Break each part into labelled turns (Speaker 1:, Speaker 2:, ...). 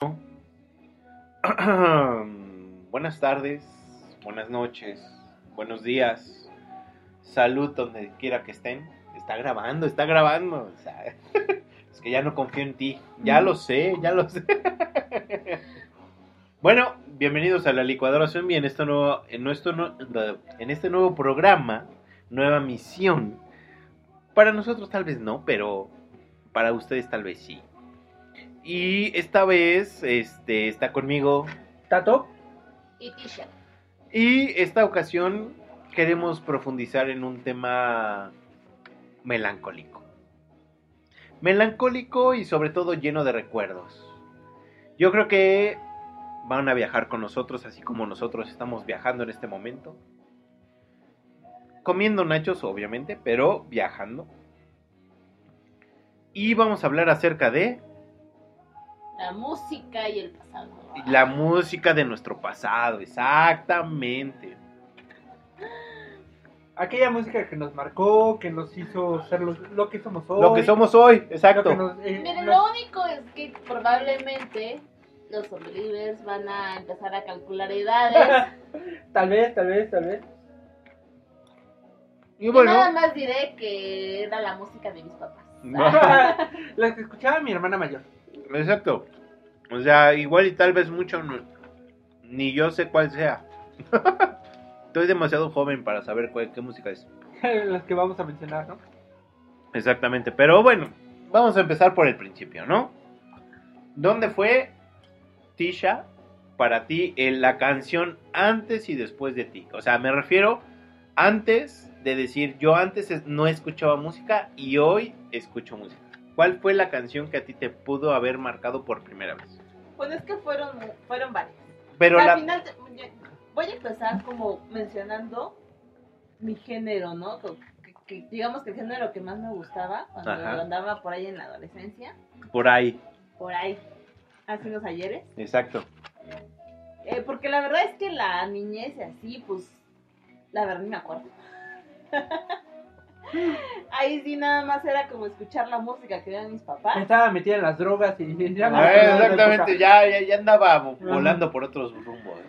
Speaker 1: Buenas tardes, buenas noches, buenos días. Salud donde quiera que estén. Está grabando, está grabando. o sea, es que ya no confío en ti. Ya lo sé, ya lo sé. Bueno, bienvenidos a la licuadora Soy bien esto nuevo, en, nuestro no- en este nuevo programa, nueva misión. Para nosotros tal vez no, pero para ustedes tal vez sí. Y esta vez este, está conmigo
Speaker 2: Tato,
Speaker 3: y Tisha.
Speaker 1: y esta ocasión queremos profundizar en un tema melancólico. Melancólico y sobre todo lleno de recuerdos. Yo creo que van a viajar con nosotros así como nosotros estamos viajando en este momento. Comiendo nachos obviamente, pero viajando. Y vamos a hablar acerca de
Speaker 3: La música y el pasado.
Speaker 1: la música de nuestro pasado, exactamente.
Speaker 2: aquella música que nos marcó, que nos hizo ser los- lo que somos hoy.
Speaker 1: Lo que somos hoy,
Speaker 2: lo que
Speaker 1: exacto.
Speaker 2: nos- eh,
Speaker 3: Miren,
Speaker 2: nos-
Speaker 3: lo único es que probablemente los Oblivers van a empezar a calcular edades.
Speaker 2: Tal vez, tal vez, tal vez.
Speaker 1: Y
Speaker 3: y
Speaker 1: bueno,
Speaker 3: nada más diré que era la música de mis papás. Ah.
Speaker 2: Las que escuchaba mi hermana mayor.
Speaker 1: Exacto. O sea, igual y tal vez mucho no- ni yo sé cuál sea. Estoy demasiado joven para saber cuál, qué música es.
Speaker 2: Las que vamos a mencionar, ¿no?
Speaker 1: Exactamente, pero bueno, vamos a empezar por el principio, ¿no? ¿Dónde fue Tisha para ti en la canción antes y después de ti? O sea, me refiero antes de decir yo antes es- no escuchaba música y hoy escucho música. ¿Cuál fue la canción que a ti te pudo haber marcado por primera vez?
Speaker 3: Pues es que fueron, fueron varias.
Speaker 1: Pero
Speaker 3: al
Speaker 1: la
Speaker 3: final, te- voy a empezar como mencionando mi género, ¿no? Que- que- digamos que el género que más me gustaba cuando
Speaker 1: Ajá.
Speaker 3: andaba por ahí en la adolescencia,
Speaker 1: por ahí.
Speaker 3: por ahí, hace unos ayeres.
Speaker 1: Exacto.
Speaker 3: Eh, porque la verdad es que la niñez y así, pues, la verdad ni me acuerdo. Ahí sí nada más era como escuchar la música que eran mis papás.
Speaker 2: Estaba metida en las drogas y... y ya
Speaker 3: Ah,
Speaker 2: me acuerdo de la
Speaker 1: exactamente,
Speaker 2: época.
Speaker 1: ya, ya, ya andaba vo- volando por otros rumbos.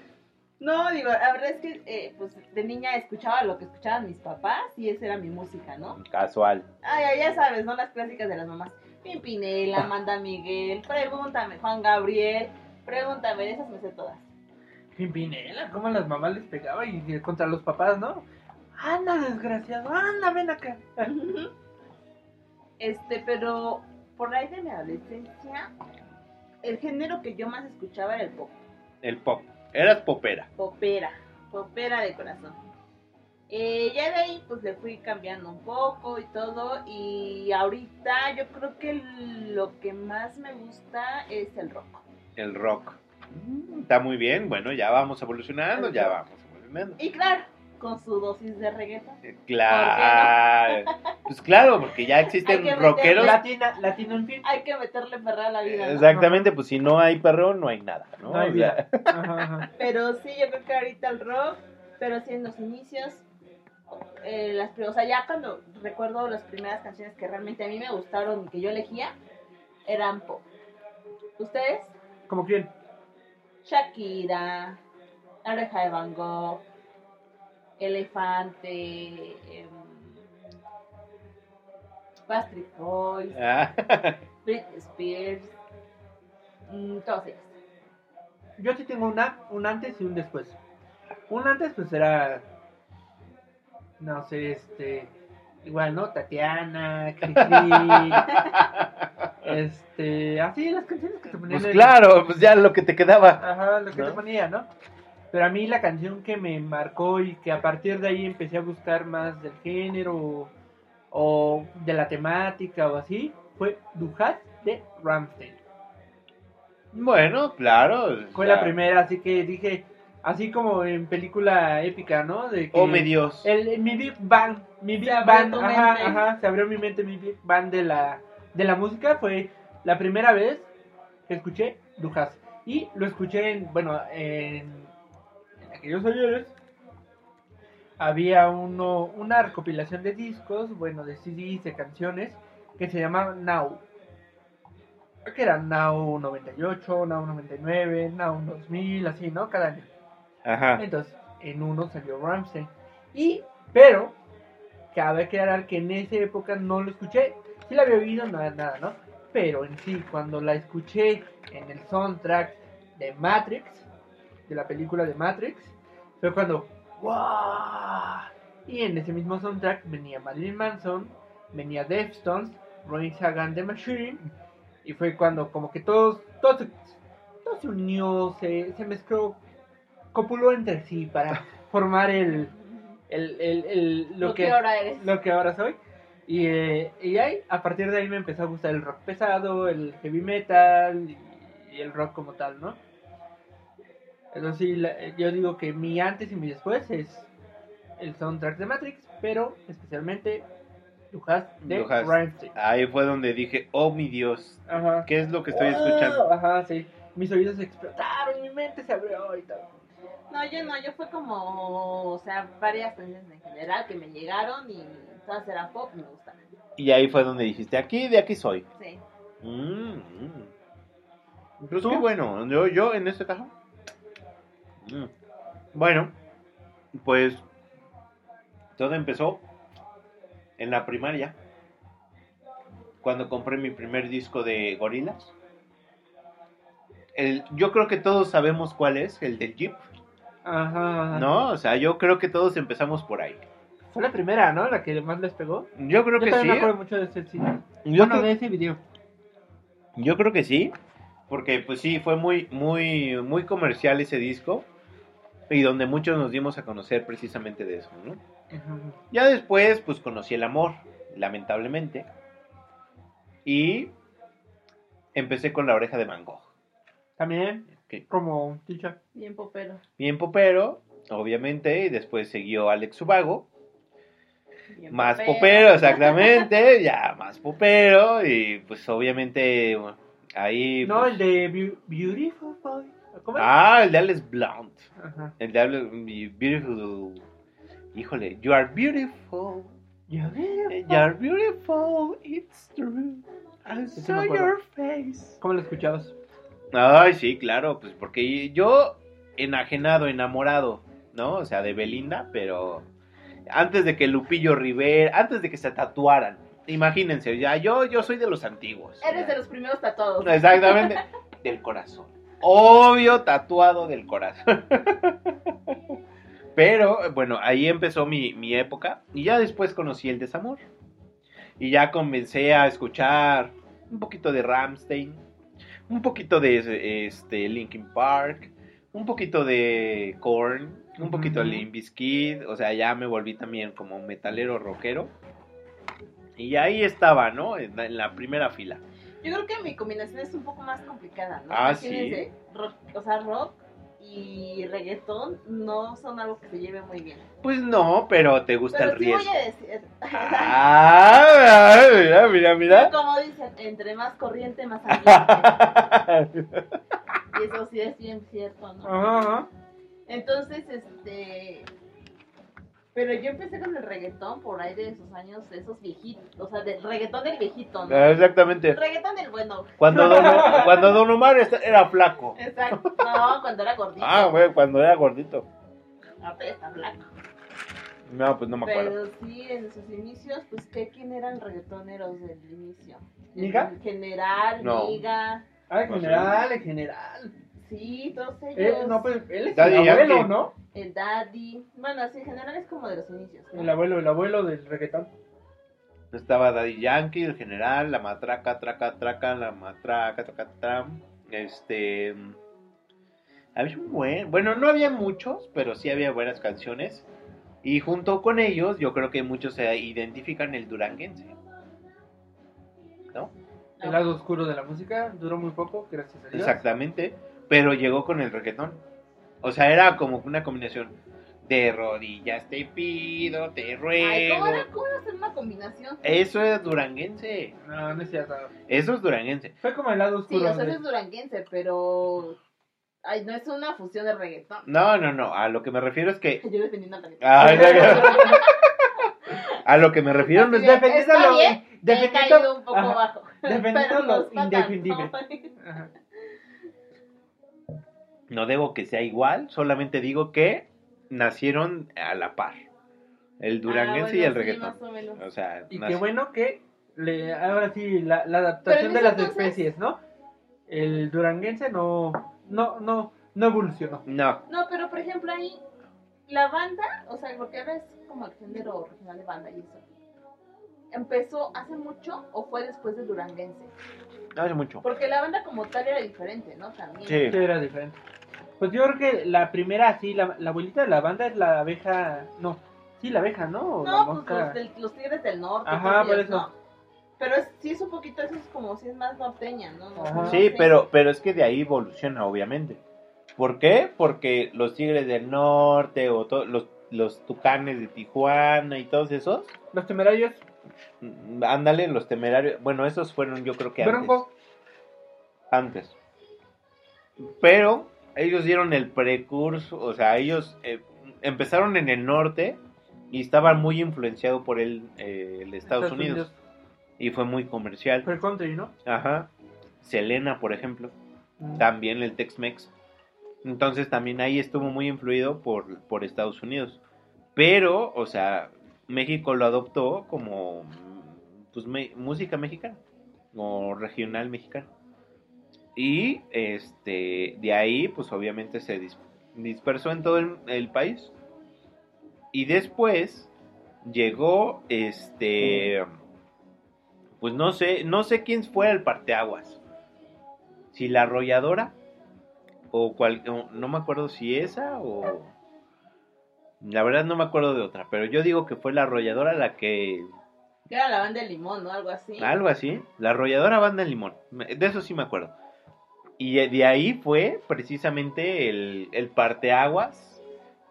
Speaker 3: No, digo, la verdad es que eh, pues de niña escuchaba lo que escuchaban mis papás y esa era mi música, ¿no?
Speaker 1: Casual.
Speaker 3: Ay, ay, ya sabes, ¿no? Las clásicas de las mamás. Pimpinela, Amanda Miguel, pregúntame, Juan Gabriel, pregúntame, de esas me sé todas.
Speaker 2: Pimpinela, cómo las mamás les pegaba y y contra los papás, ¿no? Anda, desgraciado, anda, ven acá.
Speaker 3: Este, pero por ahí de mi adolescencia, el género que yo más escuchaba era el pop.
Speaker 1: El pop. Eras popera.
Speaker 3: popera, popera de corazón. Eh, ya de ahí pues le fui cambiando un poco y todo y ahorita yo creo que lo que más me gusta es el rock.
Speaker 1: El rock. Mm, Está muy bien, bueno, ya vamos evolucionando,
Speaker 3: El
Speaker 1: ya
Speaker 3: rock.
Speaker 1: vamos evolucionando.
Speaker 3: Y claro, con su dosis de reggaetón.
Speaker 1: Eh, Claro. Pues claro, porque ya
Speaker 3: Hay que
Speaker 1: existen
Speaker 3: meterle.
Speaker 1: rockeros.
Speaker 2: Latina, latino en fin.
Speaker 3: Hay que meterle perra a la vida. ¿no?
Speaker 1: Exactamente, pues si no hay perro, no hay nada, ¿no?
Speaker 2: No hay
Speaker 1: O sea,
Speaker 2: vida. Ajá, ajá.
Speaker 3: Pero sí, yo creo que ahorita el rock, pero sí en los inicios, eh, las, pri- o sea, ya cuando recuerdo las primeras canciones que realmente a mí me gustaron y que yo elegía, eran pop. ¿Ustedes?
Speaker 2: ¿Como quién?
Speaker 3: Shakira, La Oreja de Van Gogh, Elefante, em, Bastard Boys,
Speaker 1: ah,
Speaker 3: Britney Spears, mm, todas ellas.
Speaker 2: Yo sí tengo una, un antes y un después. Un antes pues era, no sé, este, igual, ¿no? Tatiana, Cristina, este, así las canciones que te ponían.
Speaker 1: pues
Speaker 2: en-
Speaker 1: claro, pues ya lo que te quedaba.
Speaker 2: Ajá, lo que
Speaker 1: ¿No?
Speaker 2: te ponía, ¿no? Pero a mí la canción que me marcó y que a partir de ahí empecé a buscar más del género o, o de la temática o así, fue Duhat de Ramstein.
Speaker 1: Bueno, claro. o
Speaker 2: Fue
Speaker 1: sea,
Speaker 2: la primera, así que dije, así como en película épica, ¿no? De que
Speaker 1: Oh, mi Dios.
Speaker 2: El, el- mi Big Bang, mi Big
Speaker 3: abrió
Speaker 2: Bang,
Speaker 3: tu
Speaker 2: ajá,
Speaker 3: mente.
Speaker 2: ajá, se abrió mi mente, mi Big Bang de la, de la música fue la primera vez que escuché Dujas. Y lo escuché en, bueno, en, en aquellos ayeres. Había uno, una recopilación de discos, bueno, de CDs, de canciones, que se llama Now. que eran Now 98, Now 99, Now 2000, así, ¿no? Cada año.
Speaker 1: Ajá.
Speaker 2: Entonces, en uno salió Ramsey. Y, pero, cabe aclarar que en esa época no lo escuché. Sí la había oído, nada, nada, ¿no? Pero en sí, cuando la escuché en el soundtrack de Matrix, de la película de Matrix, fue cuando ¡Wow! Y en ese mismo soundtrack venía Marilyn Manson, venía Deftones, Ronnie Sagan de Machine, y fue cuando como que todos, todo se, todo se unió, se, se mezcló, copuló entre sí para formar el, el, el- el-
Speaker 3: Lo, que, ahora eres.
Speaker 2: lo que ahora soy. Y, eh, y ahí, a partir de ahí me empezó a gustar el rock pesado, el heavy metal y, y el rock como tal, ¿no? Entonces sí, la- eh, yo digo que mi antes y mi después es el soundtrack de Matrix, pero especialmente Lujas de
Speaker 1: Du Hast.
Speaker 2: Rammstein.
Speaker 1: Ahí fue donde dije, oh mi Dios,
Speaker 2: Ajá.
Speaker 1: ¿qué es lo que estoy
Speaker 3: Oh.
Speaker 2: Wow,
Speaker 1: escuchando?
Speaker 2: Ajá, sí. Mis oídos explotaron, mi mente se abrió y todo.
Speaker 3: No, yo no, yo fue como, o sea, varias canciones en general que me llegaron y todas eran pop y me gustaban.
Speaker 1: Y ahí fue donde dijiste, aquí, de aquí soy.
Speaker 3: Sí.
Speaker 1: Mm, mm. Pues
Speaker 2: ¿Tú?
Speaker 1: qué bueno, yo, yo en este tajo. Mm. Bueno, pues todo empezó en la primaria, cuando compré mi primer disco de gorilas. El, yo creo que todos sabemos cuál es, el del Jeep,
Speaker 2: Ajá. ajá.
Speaker 1: ¿no? O sea, yo creo que todos empezamos por ahí.
Speaker 2: Fue la primera, ¿no? La que más les pegó.
Speaker 1: Yo creo
Speaker 2: Yo
Speaker 1: que
Speaker 2: también
Speaker 1: sí.
Speaker 2: me acuerdo mucho de ese cine.
Speaker 1: Yo
Speaker 2: Bueno,
Speaker 1: creo-
Speaker 2: de ese video.
Speaker 1: Yo creo que sí, porque pues sí, fue muy, muy, muy comercial ese disco y donde muchos nos dimos a conocer precisamente de eso, ¿no?
Speaker 2: Ajá.
Speaker 1: Ya después, pues conocí el amor, lamentablemente, y empecé con La Oreja de Van Gogh.
Speaker 2: También,
Speaker 1: Ok.
Speaker 2: como un ticha.
Speaker 3: Bien popero.
Speaker 1: Bien popero, obviamente, y después siguió Alex Subago,
Speaker 3: bien
Speaker 1: más popero, exactamente, ya más popero, y pues obviamente bueno, ahí...
Speaker 2: No,
Speaker 1: pues,
Speaker 2: el de Beau- Beautiful Boy. ¿Cómo es?
Speaker 1: Ah, el de Alex Blunt.
Speaker 2: Ajá.
Speaker 1: El diablo, mi beautiful. Híjole, you are beautiful.
Speaker 2: Ya ves.
Speaker 1: You are beautiful, it's true. I
Speaker 2: Sí, sí me
Speaker 1: saw
Speaker 2: acuerdo.
Speaker 1: your face.
Speaker 2: ¿Cómo lo escuchabas?
Speaker 1: Ay, sí, claro, pues porque yo enajenado, enamorado, ¿no? O sea, de Belinda, pero antes de que Lupillo Rivera, antes de que se tatuaran. Imagínense, ya yo yo soy de los antiguos.
Speaker 3: Eres de los primeros tatuados.
Speaker 1: Exactamente, del corazón. Obvio tatuado del corazón. Pero bueno, ahí empezó mi, mi época y ya después conocí el desamor. Y ya comencé a escuchar un poquito de Ramstein, un poquito de este, Linkin Park, un poquito de Korn, un poquito de
Speaker 2: Ujú.
Speaker 1: Limp Bizkit, o sea, ya me volví también como un metalero rockero. Y ahí estaba, ¿no? En la- en la primera fila.
Speaker 3: Yo creo que mi combinación es un poco más complicada, ¿no?
Speaker 1: Ah,
Speaker 3: Imagínense, rock- o sea, rock y reggaetón no son algo que se lleve muy bien.
Speaker 1: Pues no, pero te gusta
Speaker 3: Pero
Speaker 1: el
Speaker 3: sí
Speaker 1: riesgo.
Speaker 3: voy a decir,
Speaker 1: Ah, mira, mira, mira.
Speaker 3: como dicen, entre más corriente, más ambiente. y eso sí es bien cierto,
Speaker 1: Ah.
Speaker 3: ¿no?
Speaker 2: Ajá, ajá.
Speaker 3: Entonces, este. Pero yo empecé con el reggaetón por ahí de esos años, de esos viejitos. O sea, del reggaetón del viejito, ¿no?
Speaker 1: Ah, Exactamente.
Speaker 3: Reggaetón del bueno.
Speaker 1: Cuando don, cuando don Omar esta- era flaco.
Speaker 3: Exacto. No, cuando era gordito.
Speaker 1: Ah, güey, cuando era gordito.
Speaker 3: Apesta, blanco.
Speaker 1: No, pues no me acuerdo.
Speaker 3: Pero sí, en sus inicios, pues, ¿qué, ¿quién eran reggaetoneros del inicio?
Speaker 2: ¿Niga?
Speaker 3: En general,
Speaker 1: No.
Speaker 3: Niga.
Speaker 2: Ah, en
Speaker 1: No sé.
Speaker 2: general, en general.
Speaker 3: Sí, todos ellos.
Speaker 2: Eh, no, pues él es
Speaker 1: Daddy
Speaker 2: el abuelo,
Speaker 1: Yankee.
Speaker 2: ¿no?
Speaker 3: El Daddy. Bueno, sí, en general es como de los inicios. ¿no?
Speaker 2: El abuelo, el abuelo del reggaetón.
Speaker 1: Estaba Daddy Yankee, el general, la matraca, traca, traca, la matraca, traca, tram. Este. Había un buen. Bueno, no había muchos, pero sí había buenas canciones. Y junto con ellos, yo creo que muchos se identifican el duranguense.
Speaker 2: El lado oscuro de la música duró muy poco, gracias a Dios.
Speaker 1: Exactamente, pero llegó con el reggaetón. O sea, era como una combinación de rodillas, te pido, te
Speaker 3: Ay,
Speaker 1: ruego.
Speaker 3: ¿cómo era, ¿cómo era hacer una combinación?
Speaker 1: Eso es duranguense.
Speaker 2: No, no es cierto.
Speaker 1: Eso es duranguense.
Speaker 2: Fue como el lado
Speaker 3: Sí,
Speaker 2: oscuro.
Speaker 3: o sea,
Speaker 2: de-
Speaker 3: es duranguense, pero. Ay, no es una fusión de reggaetón.
Speaker 1: No, no, no. A lo que me refiero es que.
Speaker 3: Yo defendiendo el reggaetón.
Speaker 1: Ah, a lo que me refiero no es.
Speaker 2: Defendiendo
Speaker 3: Está
Speaker 2: lo-
Speaker 3: bien, he
Speaker 2: defendiendo-
Speaker 3: caído un poco
Speaker 2: Ajá.
Speaker 3: bajo.
Speaker 2: Defendiendo
Speaker 3: Pero
Speaker 2: lo
Speaker 3: los
Speaker 2: indefendible.
Speaker 3: Ah,
Speaker 2: Ajá.
Speaker 1: No debo que sea igual, solamente digo que nacieron a la par. El duranguense
Speaker 3: Ah,
Speaker 1: y el reggaetón. O sea,
Speaker 2: Y qué
Speaker 1: nace-
Speaker 2: bueno que le, ahora sí la, la adaptación
Speaker 3: en
Speaker 2: de
Speaker 3: ese
Speaker 2: las
Speaker 3: entonces-
Speaker 2: especies, ¿no? El duranguense no no no no evolucionó.
Speaker 1: No,
Speaker 3: No, pero por ejemplo ahí, la banda, o sea, porque ahora es como el género original de banda y eso. ¿Empezó hace mucho o fue después del duranguense?
Speaker 1: no hace mucho.
Speaker 3: Porque la banda como tal era diferente, ¿no? También.
Speaker 1: Sí.
Speaker 2: Que era diferente. Pues yo creo que la primera así la, la abuelita de la banda es la abeja, no. Sí, la abeja, ¿no? O la
Speaker 3: No, pues
Speaker 2: mosca.
Speaker 3: los, del- los tigres del norte.
Speaker 2: Ajá,
Speaker 3: todos
Speaker 2: por
Speaker 3: ellos,
Speaker 2: eso.
Speaker 3: ¿no? Pero es, sí es un poquito, eso es como si es más norteña, ¿no? No,
Speaker 2: Ajá.
Speaker 3: no
Speaker 1: Sí,
Speaker 3: sé.
Speaker 1: pero, pero es que de ahí evoluciona, obviamente. ¿Por qué? Porque los tigres del norte o to- los, los tucanes de Tijuana y todos esos,
Speaker 2: Los temerarios,
Speaker 1: mm, ándale, los temerarios. Bueno, esos fueron yo creo que antes.
Speaker 2: bronco,
Speaker 1: antes. Pero ellos dieron el precurso, o sea, ellos eh, empezaron en el norte y estaban muy influenciados por el, eh, el Estados, Unidos. y fue muy comercial.
Speaker 2: Fue el country, ¿no?
Speaker 1: Ajá. Selena, por ejemplo, también el Tex-Mex. Entonces también ahí estuvo muy influido por, por Estados Unidos. Pero, o sea, México lo adoptó como mm, pues, me- música mexicana o regional mexicana. Y este de ahí, pues obviamente se dis- dispersó en todo el, el país. Y después llegó este. Pues no sé, no sé quién fue el parteaguas. Si la arrolladora. O cual. o No me acuerdo si esa o. La verdad no me acuerdo de otra. Pero yo digo que fue la arrolladora la que
Speaker 3: Que era la banda de limón, ¿no? Algo así.
Speaker 1: algo así. La arrolladora banda del limón. Me- De eso sí me acuerdo. Y de- de ahí fue precisamente el, el parteaguas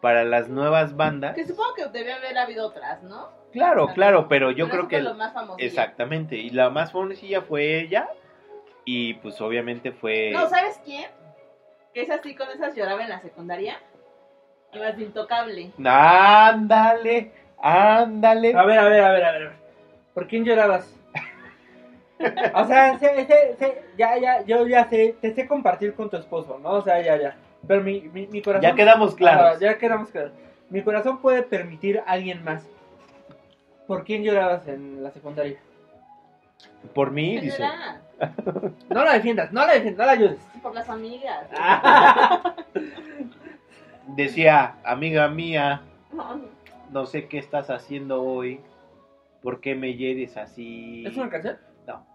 Speaker 1: para las nuevas bandas.
Speaker 3: Que supongo que debe haber habido otras, ¿no?
Speaker 1: Claro, claro, pero yo
Speaker 3: Ah, Pero
Speaker 1: creo
Speaker 3: eso fue
Speaker 1: que...
Speaker 3: lo más famoso.
Speaker 1: Exactamente. Y la más famosilla fue ella. Y pues obviamente fue...
Speaker 3: No, ¿sabes quién? Que es así, con esas lloraba en la secundaria. Y más de intocable.
Speaker 1: Ándale, ándale.
Speaker 2: A ver, a ver, a ver, a ver. a ver. ¿Por quién llorabas? o sea, sé- sé- sé- ya, ya, yo ya sé, te sé compartir con tu esposo, ¿no? O sea, ya, ya. Pero mi, mi, mi corazón.
Speaker 1: Ya quedamos
Speaker 2: Ah,
Speaker 1: claros.
Speaker 2: ya quedamos claros. Mi corazón puede permitir a alguien más. ¿Por quién llorabas en la secundaria?
Speaker 1: Por mí,
Speaker 3: ¿Quién
Speaker 1: dice.
Speaker 3: Pues era?
Speaker 2: No la defiendas, no la defiendas, no la ayudes.
Speaker 3: Por las amigas.
Speaker 1: Ah. Decía, amiga mía,
Speaker 3: No,
Speaker 1: no sé qué estás haciendo hoy. ¿Por qué me hieres así?
Speaker 2: ¿Es una canción?
Speaker 1: No.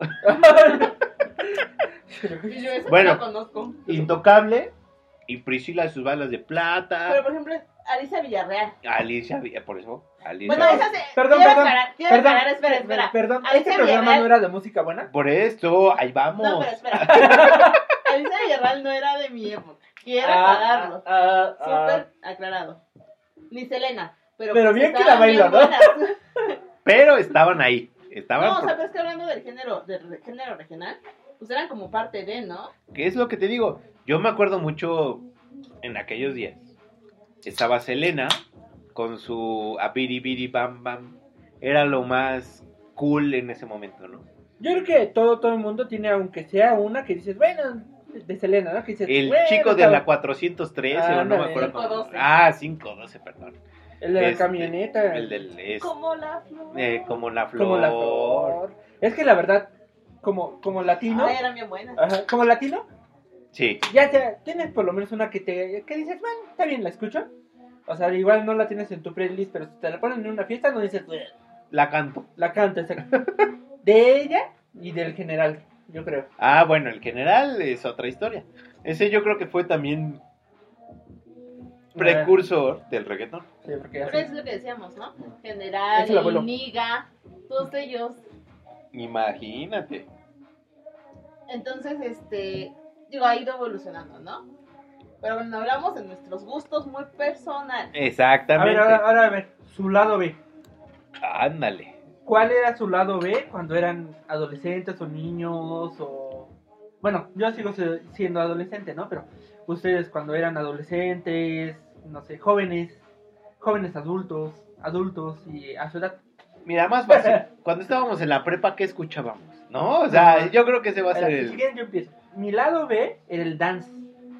Speaker 3: y yo eso
Speaker 1: Bueno.
Speaker 3: no lo conozco.
Speaker 1: Intocable y Priscila y sus balas de
Speaker 3: Pero
Speaker 1: plata.
Speaker 3: por ejemplo, Alicia Villarreal.
Speaker 1: Alicia, Villa- por eso. Alicia,
Speaker 3: Bueno,
Speaker 2: Perdón,
Speaker 3: esa se.
Speaker 2: perdón,
Speaker 3: quiero
Speaker 2: perdón,
Speaker 3: aclarar, quiero
Speaker 2: Perdón,
Speaker 3: aclarar, espera, espera.
Speaker 2: perdón,
Speaker 3: Alicia
Speaker 2: ¿este programa
Speaker 3: Villarreal-
Speaker 2: no era de música buena?
Speaker 1: Por esto, ahí vamos.
Speaker 3: No, pero espera. Alicia Villarreal no era de mi época. Quiero aclararlo.
Speaker 2: ah, ah.
Speaker 3: Súper aclarado. Ni Selena. Pero, pues
Speaker 2: Pero bien que la
Speaker 3: estaban bien
Speaker 2: baila, ¿no?
Speaker 3: buenas.
Speaker 1: Pero estaban ahí. Estaban
Speaker 3: No, o
Speaker 1: por-
Speaker 3: sea, pero es que hablando del género, del re- género regional, pues eran como parte de, ¿no?
Speaker 1: ¿Qué es lo que te digo? Yo me acuerdo mucho en aquellos días. Estaba Selena con su abiri biri bam bam. Era lo más cool en ese momento, ¿no?
Speaker 2: Yo creo que todo, todo el mundo tiene, aunque sea una que dices, bueno, de Selena, ¿no? Que dices,
Speaker 1: El
Speaker 2: bueno,
Speaker 1: chico de
Speaker 2: está-
Speaker 1: la 413, o no me
Speaker 2: Ándale.
Speaker 1: acuerdo. cómo-
Speaker 3: 512.
Speaker 1: Ah, 512, perdón.
Speaker 2: El de la
Speaker 1: Este,
Speaker 2: camioneta.
Speaker 1: El del. es-
Speaker 3: Como la flor.
Speaker 1: eh, como la flor.
Speaker 2: Como la flor. Es que la verdad, como, como latino,
Speaker 3: Ay, Ah, eran bien buenas.
Speaker 2: ajá, como latino,
Speaker 1: Sí.
Speaker 2: ya sea, tienes por lo menos una que te que dices, bueno, está bien, la escucho. O sea, igual no la tienes en tu playlist, pero si te la ponen en una fiesta, no dices, "Bleh",
Speaker 1: La canto.
Speaker 2: la canto. exacto. de ella y del general, yo creo.
Speaker 1: Ah, bueno, el general es otra historia. Ese yo creo que fue también precursor del reggaetón.
Speaker 2: Sí, porque ya
Speaker 3: Pero
Speaker 2: sé.
Speaker 3: es lo que decíamos, ¿no? General,
Speaker 2: Es el abuelo.
Speaker 3: Niga, todos ellos.
Speaker 1: Imagínate.
Speaker 3: Entonces, este, digo, ha ido evolucionando, ¿no? Pero bueno, hablamos de nuestros gustos muy personales.
Speaker 2: A
Speaker 1: Exactamente.
Speaker 2: ver, ahora, ahora a ver, su lado B.
Speaker 1: Ándale.
Speaker 2: ¿Cuál era su lado B cuando eran adolescentes o niños o... Bueno, yo sigo se- siendo adolescente, ¿no? Pero ustedes cuando eran adolescentes, no sé, jóvenes, jóvenes adultos, adultos y a su edad.
Speaker 1: Mira, más fácil. Cuando estábamos en la prepa, ¿qué escuchábamos? ¿No? O sea, yo creo que ese va a
Speaker 2: Espera,
Speaker 1: ser
Speaker 2: Si
Speaker 1: el.
Speaker 2: quieren, yo empiezo. Mi lado B era el dance.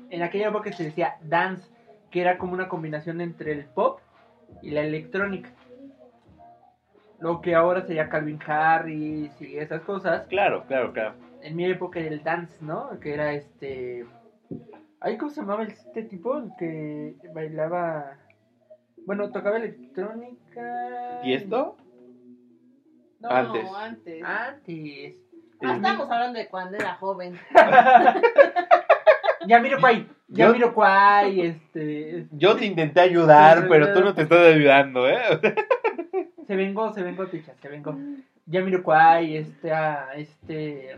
Speaker 2: En aquella época se decía dance, que era como una combinación entre el pop y la electrónica. Lo que ahora sería Calvin Harris y esas cosas.
Speaker 1: Claro, claro, claro.
Speaker 2: En mi época era el dance, ¿no? Que era este. Ay, ¿Cómo se llamaba este tipo? El que bailaba. Bueno, tocaba electrónica.
Speaker 1: ¿Y esto?
Speaker 2: No,
Speaker 1: Antes.
Speaker 3: No, antes. Ah,
Speaker 2: Antes.
Speaker 1: El-
Speaker 3: estábamos hablando de cuando era joven.
Speaker 2: Ya miro cuál. Ya
Speaker 1: Yo-
Speaker 2: miro cuál. Este.
Speaker 1: Yo te intenté ayudar, pero tú no te estás ayudando, ¿eh?
Speaker 2: Se vengó, se vengó, ticha, se vengó. Yamiroquai, este, ah, este...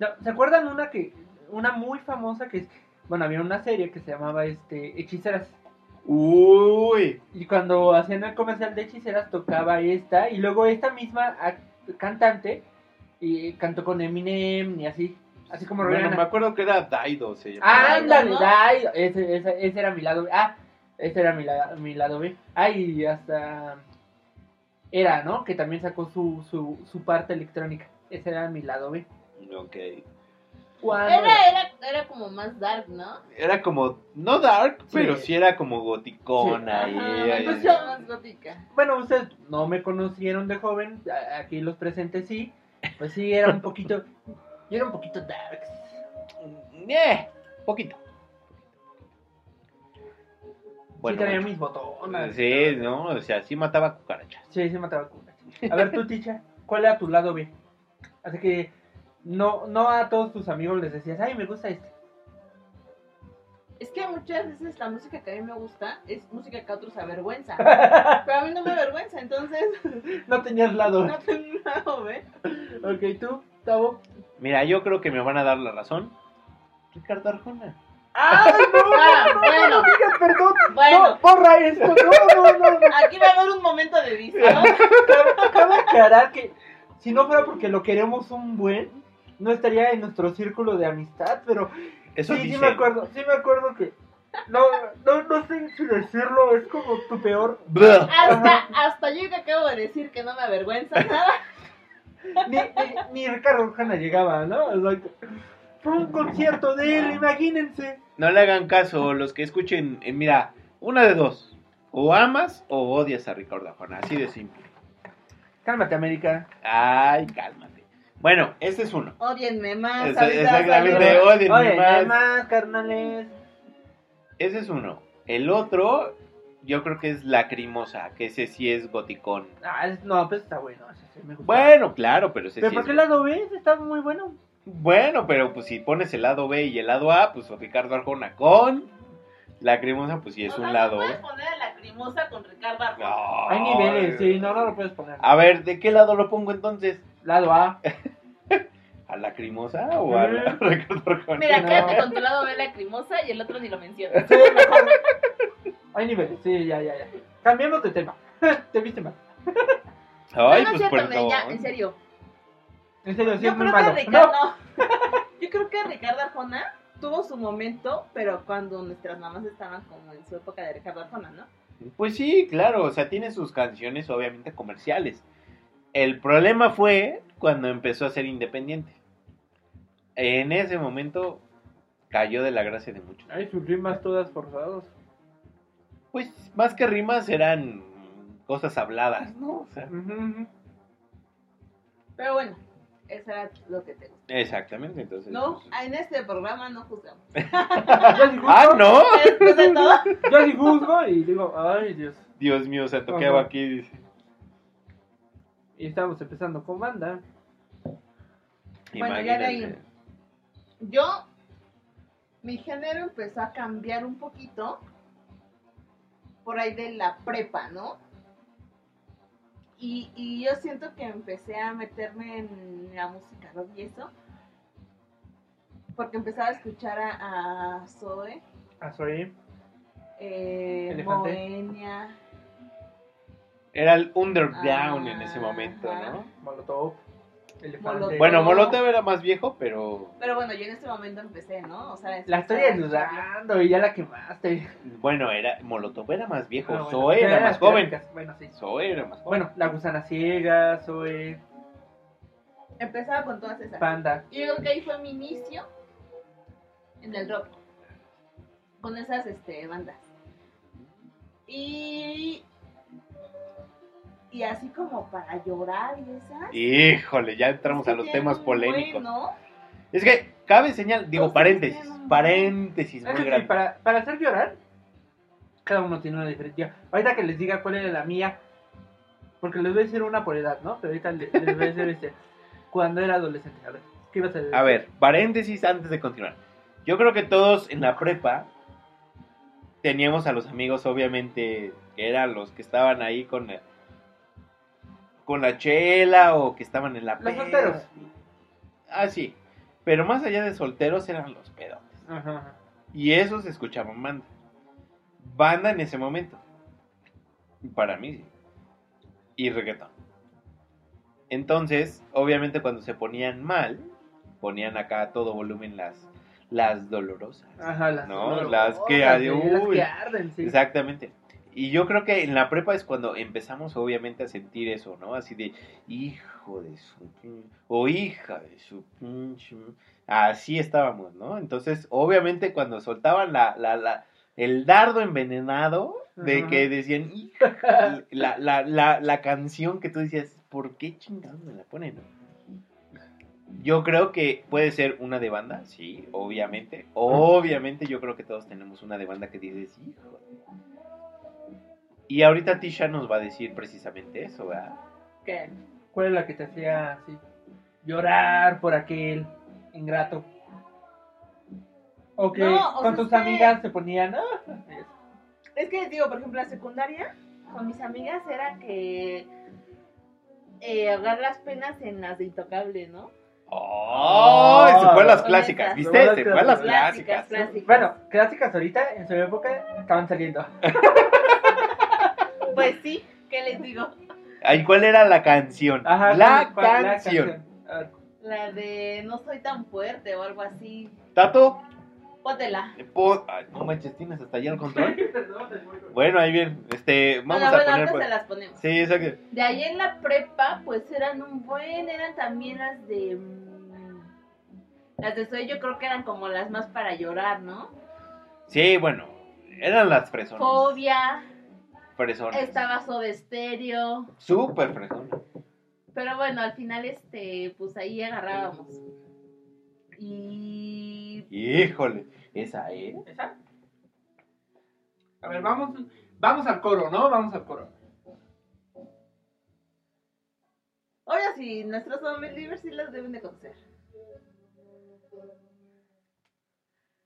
Speaker 2: no, ¿Se acuerdan una que, una muy famosa que es, bueno, había una serie que se llamaba, este, Hechiceras?
Speaker 1: Uy.
Speaker 2: Y cuando hacían el comercial de Hechiceras tocaba esta, y luego esta misma ac- cantante y cantó con Eminem y así, así como
Speaker 1: Bueno, me
Speaker 2: Rihanna.
Speaker 1: acuerdo que era Daido, se llamaba.
Speaker 2: Ah, Ándale,
Speaker 3: ¿no?
Speaker 2: dai, ese, ese, ese era mi lado B. Ah, ese era mi, la- mi lado B. Ay, hasta era, ¿no? Que también sacó su, su, su parte electrónica. Ese era mi lado B.
Speaker 1: Ok.
Speaker 2: Cuando
Speaker 3: Era, era, era como más dark, ¿no?
Speaker 1: Era como, no dark, pero
Speaker 2: Sí.
Speaker 1: sí era como goticona. y-
Speaker 3: Ajá,
Speaker 1: y-
Speaker 3: pues yo más gótica.
Speaker 2: Bueno, ustedes no me conocieron de joven, a- aquí los presentes sí. Pues sí, era un poquito, yo era un poquito darks.
Speaker 1: Eh, poquito.
Speaker 2: sí,
Speaker 1: bueno.
Speaker 2: traía mis botones.
Speaker 1: Sí, no, o sea, sí mataba cucarachas.
Speaker 2: Sí, se mataba con gacha. A ver, tú, Ticha, ¿cuál era tu lado B? Así que no, no a todos tus amigos les decías, ay, me gusta este.
Speaker 3: Es que muchas veces la música que a mí me gusta es música que a otros avergüenza. Pero a mí no me avergüenza, entonces
Speaker 2: No tenías lado.
Speaker 3: no tengo nada, ¿ves?
Speaker 2: Ok, tú, Tavo.
Speaker 1: Mira, yo creo que me van a dar la razón. Ricardo Arjona.
Speaker 2: ¡Ah,
Speaker 3: Ah, bueno,
Speaker 2: no! Perdón,
Speaker 3: bueno.
Speaker 2: no, borra esto. No, no, no. no.
Speaker 3: Aquí va a haber un momento de vista.
Speaker 2: Cabe- Cabe aclarar que si no fuera porque lo queremos un buen, no estaría en nuestro círculo de amistad, pero
Speaker 1: Eso
Speaker 2: sí, sí
Speaker 1: dice.
Speaker 2: me acuerdo, sí me acuerdo que. No, no, no sé si decirlo, es como tu peor.
Speaker 1: Bleh.
Speaker 3: Hasta, hasta yo que acabo de decir que no me avergüenza nada.
Speaker 2: Ni, ni, ni Ricardo Arjona llegaba, ¿no? O sea, fue un concierto de él, imagínense.
Speaker 1: No le hagan caso los que escuchen. eh, mira, una de dos. O amas o odias a Ricardo Arjona. Así de simple.
Speaker 2: Cálmate, América.
Speaker 1: Ay, cálmate. Bueno, este es uno.
Speaker 3: Odienme más.
Speaker 1: Es-
Speaker 3: ahorita
Speaker 1: exactamente,
Speaker 3: salió.
Speaker 1: odien
Speaker 2: Oye,
Speaker 1: más.
Speaker 2: además, carnales.
Speaker 1: Ese es uno. El otro, yo creo que es Lacrimosa, que ese sí es goticón.
Speaker 2: Ah, es- no, pues está bueno. ese sí me gusta.
Speaker 1: Bueno, claro, pero ese
Speaker 2: ¿Pero
Speaker 1: sí
Speaker 2: por
Speaker 1: es
Speaker 2: qué
Speaker 1: go-
Speaker 2: el lado B? Está muy bueno.
Speaker 1: Bueno, pero pues si pones el lado B y el lado A, pues Ricardo Arjona con Lacrimosa, pues sí es
Speaker 3: O sea,
Speaker 1: un
Speaker 3: no
Speaker 1: lado.
Speaker 3: puedes poner a la crimosa con Ricardo Arjona.
Speaker 1: No.
Speaker 2: Hay niveles, sí, no, no lo puedes poner.
Speaker 1: A ver, ¿de qué lado lo pongo entonces?
Speaker 2: Lado A.
Speaker 1: ¿A Lacrimosa o a la- Ricardo Arjona?
Speaker 3: Mira,
Speaker 2: Eh. No.
Speaker 3: quédate con tu lado ve la crimosa y el otro ni lo mencionas.
Speaker 2: Sí, mejor. Hay niveles, sí, ya, ya, ya. Cambiemos de tema. Te viste mal.
Speaker 1: Ay, pues
Speaker 3: no, no es cierto,
Speaker 1: perdón.
Speaker 3: me, ya, en serio.
Speaker 2: En serio, sí
Speaker 3: Yo
Speaker 2: es muy
Speaker 3: creo que
Speaker 2: malo.
Speaker 3: Ricardo. Yo creo que Ricardo Arjona tuvo su momento, pero cuando nuestras mamás estaban como en su época de Ricardo Arjona, ¿no?
Speaker 1: Pues sí, claro, o sea, tiene sus canciones obviamente comerciales. El problema fue cuando empezó a ser independiente. En ese momento cayó de la gracia de muchos.
Speaker 2: No. Ay, sus rimas todas forzadas.
Speaker 1: Pues más que rimas eran cosas habladas, ¿no? O sea,
Speaker 2: Ujú, ujú.
Speaker 3: Pero bueno, eso era lo que te gusta.
Speaker 1: exactamente, entonces.
Speaker 3: No,
Speaker 1: pues-
Speaker 3: en este programa no juzgamos.
Speaker 2: Yo sí juzgo,
Speaker 1: ah, no.
Speaker 3: Después de todo,
Speaker 2: yo sí juzgo y digo, ay Dios.
Speaker 1: Dios mío, se toqueaba
Speaker 2: Ajá.
Speaker 1: aquí dice.
Speaker 2: Y estamos empezando con banda.
Speaker 3: Bueno, ya de ahí.
Speaker 1: Imagínate.
Speaker 3: yo, mi género empezó a cambiar un poquito por ahí de la prepa, ¿no? Y, y yo siento que empecé a meterme en la música rock y eso, porque empezaba a escuchar a, a Zoe,
Speaker 2: Ah, soy.
Speaker 3: eh,
Speaker 2: Elefante.
Speaker 3: Moenia,
Speaker 1: Era el underground en ese
Speaker 3: Ah, Ajá.
Speaker 1: momento, ¿no?
Speaker 2: Molotov. Elefante.
Speaker 3: Molotov.
Speaker 1: Bueno, Molotov era más viejo, pero
Speaker 3: pero bueno, yo en ese momento empecé, ¿no? O sea,
Speaker 2: La estoy
Speaker 3: escuchaba-
Speaker 2: ayudando y ya la quemaste.
Speaker 1: Bueno, era Molotov era más viejo,
Speaker 2: Ah, bueno.
Speaker 1: Zoe
Speaker 2: Ya
Speaker 1: era más
Speaker 2: las
Speaker 1: joven.
Speaker 2: clásicas. Bueno, sí.
Speaker 1: Zoe era más joven.
Speaker 2: Bueno, la gusana ciega, soy.
Speaker 3: Empezaba con todas esas.
Speaker 2: Panda.
Speaker 3: Y yo creo que ahí fue mi inicio en el rock. Con esas este, bandas. Y. Y así como para llorar y esas.
Speaker 1: Híjole, ya entramos
Speaker 3: Sí
Speaker 1: a los
Speaker 3: tienen
Speaker 1: temas
Speaker 3: un
Speaker 1: polémicos.
Speaker 3: buen, ¿no?
Speaker 1: Es que cabe señal, digo,
Speaker 3: Todos
Speaker 1: paréntesis,
Speaker 3: tienen un-
Speaker 1: paréntesis
Speaker 2: Es
Speaker 1: muy
Speaker 2: que sí,
Speaker 1: grande.
Speaker 2: para, para hacer llorar, cada uno tiene una diferencia. Ahorita que les diga cuál era la mía, porque les voy a decir una por edad, ¿no? Pero ahorita le- les, voy a decir este, cuando era adolescente. A ver, ¿qué ibas a decir?
Speaker 1: A ver, paréntesis antes de continuar. Yo creo que todos en la prepa teníamos a los amigos, obviamente, que eran los que estaban ahí con la, con la chela o que estaban en la
Speaker 2: Los
Speaker 1: peda.
Speaker 2: solteros.
Speaker 1: Ah, sí. Pero más allá de solteros eran los pedotes.
Speaker 2: Ajá, ajá.
Speaker 1: Y esos escuchaban banda. Banda en ese momento. Para mí sí. Y reggaetón. Entonces, obviamente cuando se ponían mal, ponían acá a todo volumen las, las dolorosas.
Speaker 2: Ajá, las,
Speaker 1: No,
Speaker 2: las,
Speaker 1: las que...
Speaker 2: las
Speaker 1: uy,
Speaker 2: que arden, sí.
Speaker 1: Exactamente. Y yo creo que en la prepa es cuando empezamos obviamente a sentir eso, ¿no? Así de hijo de su pin- o hija de su pinche. Así estábamos, ¿no? Entonces, obviamente cuando soltaban la, la, la- el dardo envenenado de
Speaker 2: Ajá.
Speaker 1: que decían hija, y la, la, la, la canción que tú decías, ¿por qué chingados me la ponen? no? Yo creo que puede ser una de banda, sí, obviamente. Obviamente yo creo que todos tenemos una de banda que dices, hijo. Y ahorita Tisha nos va a decir precisamente eso, ¿verdad?
Speaker 3: Que-
Speaker 2: ¿Cuál es la que te hacía así? Llorar por aquel ingrato. O que
Speaker 3: No, o
Speaker 2: con
Speaker 3: sea,
Speaker 2: tus
Speaker 3: es que-
Speaker 2: amigas se ponían. "Ah".
Speaker 3: Es que digo, por ejemplo, la secundaria con mis amigas era que eh, ahogar las penas en las de intocable, ¿no?
Speaker 1: ¡Oh! Se fue a las
Speaker 3: Con
Speaker 1: clásicas,
Speaker 3: esas.
Speaker 1: ¿viste? Se fue a las
Speaker 3: Clásicas,
Speaker 1: clásicas.
Speaker 3: clásicas.
Speaker 2: Bueno, clásicas ahorita, en su época, estaban saliendo.
Speaker 3: Pues sí, ¿qué les digo?
Speaker 1: Ay, ¿Cuál era la canción?
Speaker 2: Ajá,
Speaker 1: la,
Speaker 2: ¿cuál- cuál-
Speaker 1: canción.
Speaker 2: la canción.
Speaker 3: La de no soy tan fuerte o algo así.
Speaker 1: Tato,
Speaker 3: Pótela.
Speaker 1: po- ay, no manches, tienes hasta allá el control.
Speaker 2: Ah.
Speaker 1: Bueno, ahí bien. Este, vamos
Speaker 3: bueno,
Speaker 1: a
Speaker 3: bueno,
Speaker 1: poner.
Speaker 3: ahorita
Speaker 1: pues-
Speaker 3: se las ponemos.
Speaker 1: Sí, exacto.
Speaker 3: De ahí en la prepa, pues eran un buen, eran también las de... mm, Las de Soy yo creo que eran como las más para llorar, ¿no?
Speaker 1: Sí, bueno. Eran las fresonas.
Speaker 3: Fobia,
Speaker 1: fresonas.
Speaker 3: estaba Soda Estéreo,
Speaker 1: Súper fresonas.
Speaker 3: Pero bueno, al final, este, pues ahí agarrábamos. Y...
Speaker 1: Híjole. Esa ¿eh? es.
Speaker 2: ¿Esa? A ver, vamos, vamos al coro, ¿no? Vamos al coro.
Speaker 3: Ahora sí, nuestros hombres sí las deben de conocer.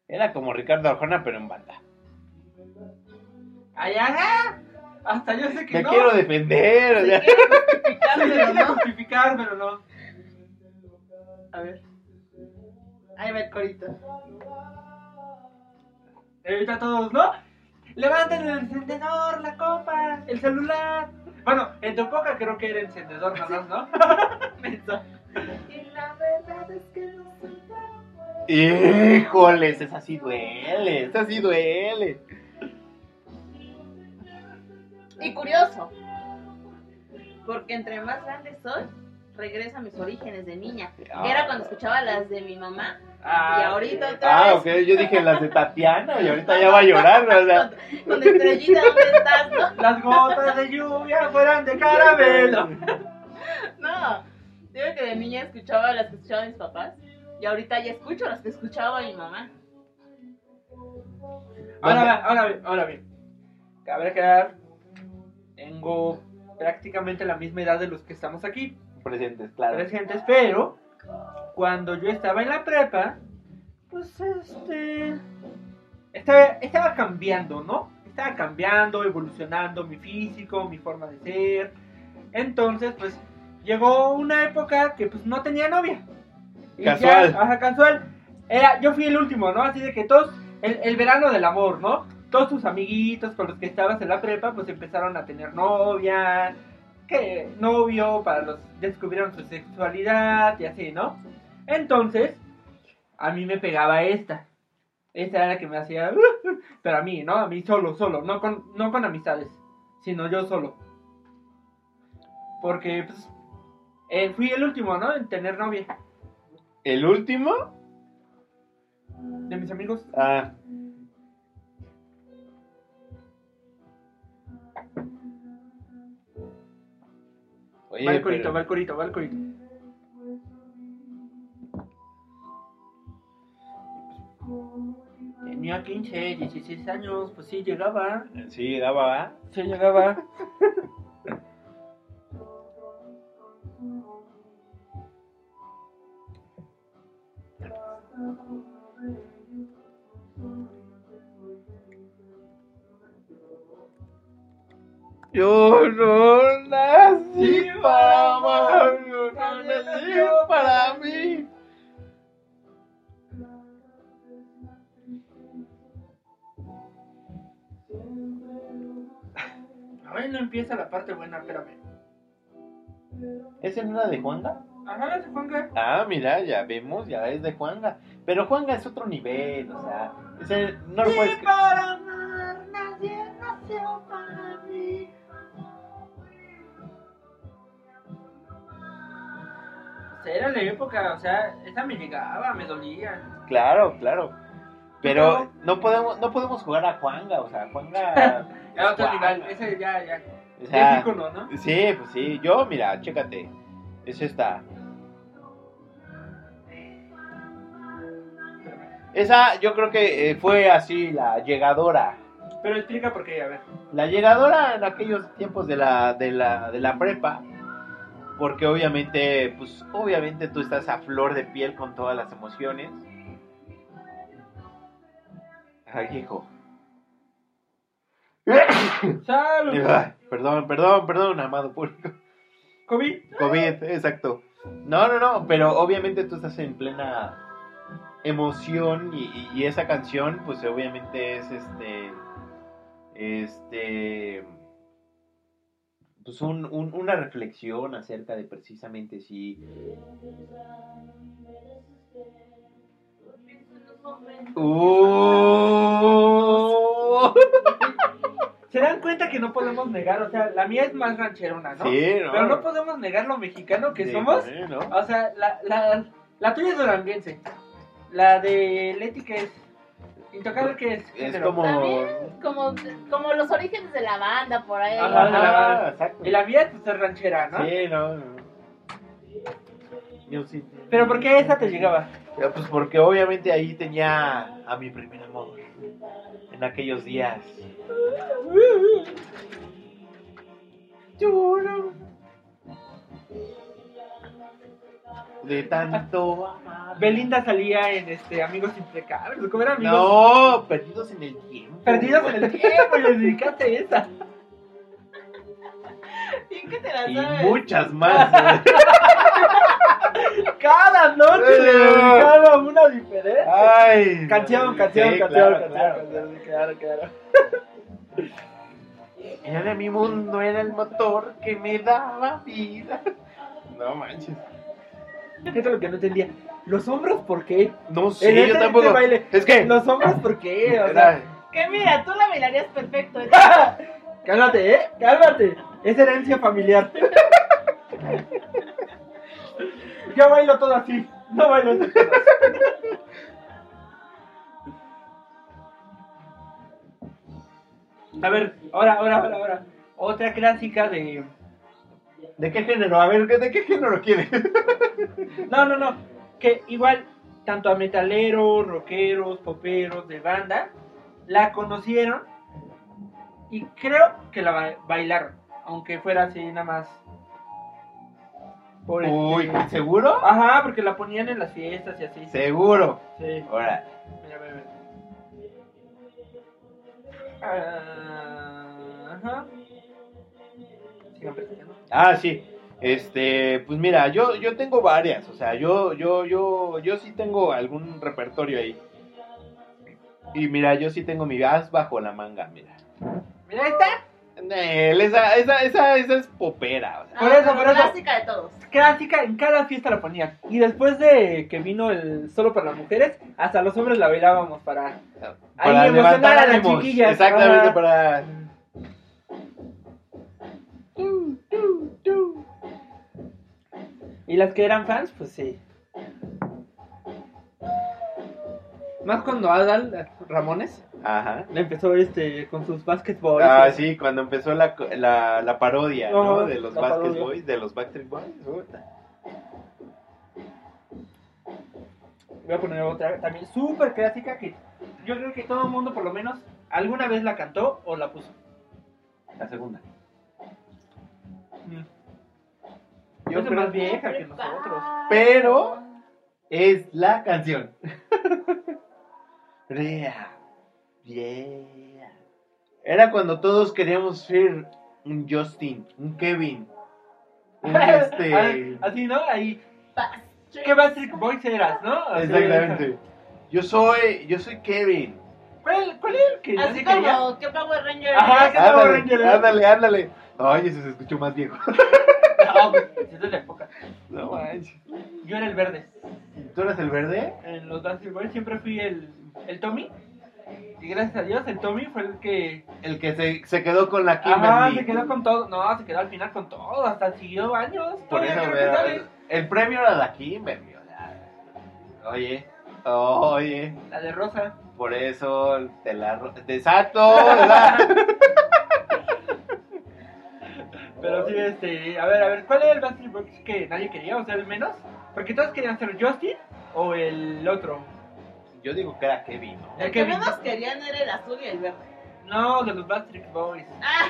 Speaker 1: Era como Ricardo Arjona, pero en banda.
Speaker 2: ¡Ay, ajá! Hasta yo sé que
Speaker 1: Me
Speaker 2: no.
Speaker 1: quiero defender. o
Speaker 3: Si
Speaker 1: sea.
Speaker 3: quieren
Speaker 2: Sí,
Speaker 3: justificármelo,
Speaker 2: quiero
Speaker 3: ¿no?
Speaker 2: justificármelo, ¿no?
Speaker 3: A ver. Ahí va el corito.
Speaker 2: Ahorita todos, ¿no? Levanten el encendedor, la copa, el celular. Bueno, en tu época creo que era encendedor nada más, ¿no? Menso.
Speaker 3: Y la verdad es que no soy
Speaker 1: Híjoles, esa sí duele. Esa sí duele.
Speaker 3: tan- Y curioso. Porque entre más grande soy, regreso a mis orígenes de niña.
Speaker 1: Ah.
Speaker 3: Que era cuando escuchaba las de mi mamá.
Speaker 2: Ah,
Speaker 3: y ahorita otra
Speaker 1: Ah,
Speaker 3: vez.
Speaker 1: ok, yo dije las de Tatiana y ahorita ya va a llorar, o sea.
Speaker 3: Con, con estrellita, ¿dónde estás? No,
Speaker 2: Las gotas de lluvia fueran de caramelo.
Speaker 3: No, digo que de niña escuchaba las que escuchaban mis papás y ahorita ya escucho las que escuchaba mi mamá.
Speaker 2: Ahora bien, ahora bien, ahora bien. Cabe aclarar, tengo prácticamente la misma edad de los que estamos aquí,
Speaker 1: Presentes, claro.
Speaker 2: tres gentes, pero cuando yo estaba en la prepa, pues este... Estaba, estaba cambiando, ¿no? Estaba cambiando, evolucionando mi físico, mi forma de ser. Entonces, pues llegó una época que pues no tenía novia. Y ya-
Speaker 1: Casual.
Speaker 2: ajá, casual. Era, yo fui el último, ¿no? Así de que todos, el, el verano del amor, ¿no? Todos tus amiguitos con los que estabas en la prepa, pues empezaron a tener novia, que novio, para los descubrieron su sexualidad y así, ¿no? Entonces, a mí me pegaba esta. Esta era la que me hacía, pero a mí, ¿no? A mí solo, solo, no con, no con amistades, sino yo solo. Porque, pues, Eh, fui el último, ¿no? En tener novia.
Speaker 1: ¿El último?
Speaker 2: De mis amigos.
Speaker 1: Ah, oye,
Speaker 2: va el corito,
Speaker 1: pero-
Speaker 2: va el corito, va el corito. Tenía 15, 16 años, pues sí, llegaba.
Speaker 1: Sí, daba, ¿ah? ¿va?
Speaker 2: Sí, llegaba.
Speaker 1: Yo no nací
Speaker 3: para
Speaker 1: para
Speaker 3: amar,
Speaker 1: amar, yo
Speaker 3: no
Speaker 1: no
Speaker 3: nací
Speaker 1: nací para mí.
Speaker 2: Ay, no empieza la parte buena, espérame.
Speaker 1: ¿Esa no era de Juanga?
Speaker 2: Ajá, se ponga.
Speaker 1: Ah, mira, ya vemos, ya es de Juanga. Pero Juanga es otro nivel, o sea, ese no lo puedes...
Speaker 3: para amar, nadie nació para mí.
Speaker 2: O sea, era la época, o sea, esa me llegaba, me dolía.
Speaker 1: Claro, claro. Pero no podemos, no podemos jugar a Juanga, o sea, Juanga...
Speaker 2: Era otro
Speaker 1: Guau.
Speaker 2: nivel, ese ya, ya.
Speaker 1: o
Speaker 2: Ya es
Speaker 1: sea,
Speaker 2: ícono, ¿no?
Speaker 1: sí, pues sí. Yo, mira, chécate. Es esta. Esa yo creo que eh, fue así, la llegadora.
Speaker 2: Pero explica por qué, a ver.
Speaker 1: La llegadora en aquellos tiempos de la, de la, de la prepa, porque obviamente, pues obviamente tú estás a flor de piel con todas las emociones. Ay, hijo.
Speaker 2: ¡Salud!
Speaker 1: Ay, perdón, perdón, perdón, amado público.
Speaker 2: ¿Covid?
Speaker 1: COVID, exacto. No, no, no, pero obviamente tú estás en plena emoción y, y- y esa canción, pues obviamente es este. Este. Pues un- un- una reflexión acerca de precisamente si. ¡Uh!
Speaker 2: ¿Se dan cuenta que no podemos negar? O sea, la mía es más rancherona, ¿no?
Speaker 1: Sí, ¿no?
Speaker 2: Pero no podemos negar lo mexicano que
Speaker 1: Sí,
Speaker 2: somos.
Speaker 1: sí, ¿no?
Speaker 2: O sea, la, la, la tuya es duranguense. La de Leti que es. Intocable que es.
Speaker 1: Es
Speaker 2: género.
Speaker 1: como.
Speaker 3: También. Como, como los orígenes de la banda por ahí.
Speaker 2: Ajá, de la banda.
Speaker 1: exacto.
Speaker 2: Y la mía pues, es ranchera, ¿no?
Speaker 1: Sí, no. no. Yo sí.
Speaker 2: Pero ¿por qué esa te llegaba?
Speaker 1: Pero, Pues porque obviamente ahí tenía a mi primer amor. En aquellos días. Lloro. De tanto amar.
Speaker 2: Belinda salía en este Amigos Implacables. ¿Cómo era Amigos?
Speaker 1: No, perdidos en el tiempo.
Speaker 2: Perdidos en el tiempo, y les dedicaste esa.
Speaker 3: ¿Y qué te la
Speaker 1: Y
Speaker 3: sabes?
Speaker 1: muchas más.
Speaker 2: Cada noche le dedicaba una diferente.
Speaker 1: Ay.
Speaker 2: Canción,
Speaker 1: sí,
Speaker 2: canción,
Speaker 1: claro,
Speaker 2: canción,
Speaker 1: claro,
Speaker 2: canción,
Speaker 1: claro.
Speaker 2: canción, claro, claro.
Speaker 1: Era de mi mundo, era el motor que me daba vida. No manches.
Speaker 2: Fíjate lo que no entendía. ¿Los hombros por qué?
Speaker 1: No
Speaker 2: En
Speaker 1: sé,
Speaker 2: ese-
Speaker 1: yo
Speaker 2: ese
Speaker 1: tampoco.
Speaker 2: baile.
Speaker 1: Es que.
Speaker 2: ¿Los hombros por qué? O sea,
Speaker 1: Era-
Speaker 3: Que mira, tú la bailarías perfecto. ¿eh?
Speaker 2: cálmate, ¿eh? Cálmate. Es herencia familiar. Yo bailo todo así. No bailo así. A ver, ahora, ahora, ahora, ahora. Otra clásica de...
Speaker 1: ¿De qué género? A ver, ¿de qué género quieres?
Speaker 2: No, no, no. Que igual, tanto a metaleros, rockeros, poperos, de banda, la conocieron y creo que la ba- bailaron. Aunque fuera así nada más. Por este-
Speaker 1: Uy, ¿seguro?
Speaker 2: Ajá, porque la ponían en las fiestas y así.
Speaker 1: Seguro.
Speaker 2: Sí.
Speaker 1: Ahora,
Speaker 2: Mira, mira, mira. Ah, Ajá. Sigan platicando.
Speaker 1: ah, sí. Este, pues mira, yo, yo tengo varias, o sea, yo, yo, yo, yo sí tengo algún repertorio ahí. Y mira, yo sí tengo mi as bajo la manga, mira.
Speaker 2: Mira, ahí está.
Speaker 1: Nel, esa, esa, esa, esa es popera, o sea.
Speaker 2: Por eso, por eso.
Speaker 3: Ah, Clásica de todos.
Speaker 2: clásica, en cada fiesta la ponían. Y después de que vino el solo para las mujeres, hasta los hombres la bailábamos para. Ahí
Speaker 1: Para
Speaker 2: emocionar
Speaker 1: levantar
Speaker 2: a las
Speaker 1: ánimos,
Speaker 2: chiquillas,
Speaker 1: Exactamente,
Speaker 2: ajá.
Speaker 1: para.
Speaker 2: las que eran fans, pues sí. Más cuando Adal Ramones
Speaker 1: Ajá.
Speaker 2: le empezó este con sus basketballs.
Speaker 1: Ah, sí, cuando empezó la, co- la, la parodia, ¿no?
Speaker 2: Ajá,
Speaker 1: De los
Speaker 2: la
Speaker 1: Basket
Speaker 2: parodia.
Speaker 1: Boys, de los Backstreet Boys. puta.
Speaker 2: Voy a poner otra también súper clásica que yo creo que todo el mundo por lo menos alguna vez la cantó o la puso.
Speaker 1: La segunda.
Speaker 2: Yo
Speaker 1: Yo
Speaker 2: es
Speaker 1: creo-
Speaker 2: más vieja que nosotros.
Speaker 1: Pero- Es la canción. Rea. Yeah. Era cuando todos queríamos ser un Justin, un Kevin. Un este.
Speaker 2: Ah, Así, ¿no? Ahí.
Speaker 3: Pa-
Speaker 2: ¿Qué Backstreet Boys eras, no? Así,
Speaker 1: Exactamente. Yo soy, yo soy Kevin.
Speaker 2: ¿Cuál, cuál era el que
Speaker 3: Así
Speaker 2: nadie quería?
Speaker 3: como, ¿qué Power Ranger?
Speaker 2: Ajá,
Speaker 3: eres?
Speaker 2: ¿qué Power
Speaker 1: Ándale,
Speaker 2: Ranger?
Speaker 1: ándale, ándale. Oye, se escuchó más viejo.
Speaker 2: No, pues, esa es la época.
Speaker 1: No manches.
Speaker 2: Yo era el verde.
Speaker 1: ¿Tú eres el verde?
Speaker 2: En los Backstreet Boys siempre fui el, el Tommy. Y gracias a Dios, el Tommy fue el que.
Speaker 1: El que se, se quedó con la Kimberly.
Speaker 2: Ajá, se quedó con todo. No, se quedó al final con todo. Hasta siguió años.
Speaker 1: Por
Speaker 2: Todavía
Speaker 1: eso,
Speaker 2: creo que
Speaker 1: mira,
Speaker 2: sale.
Speaker 1: el premio era la Kimberly. o sea, Oye, oye,
Speaker 2: La de Rosa.
Speaker 1: por eso te la... ro- Exacto, ¿verdad?
Speaker 2: Pero sí, este, a ver, a ver, ¿cuál era el Backstreet Boys que nadie quería? O sea, el menos. Porque todos querían ser Justin o el otro.
Speaker 1: Yo digo que era Kevin, ¿no?
Speaker 3: El que menos querían era el azul y el verde.
Speaker 2: No, de los Backstreet Boys.
Speaker 3: Ah,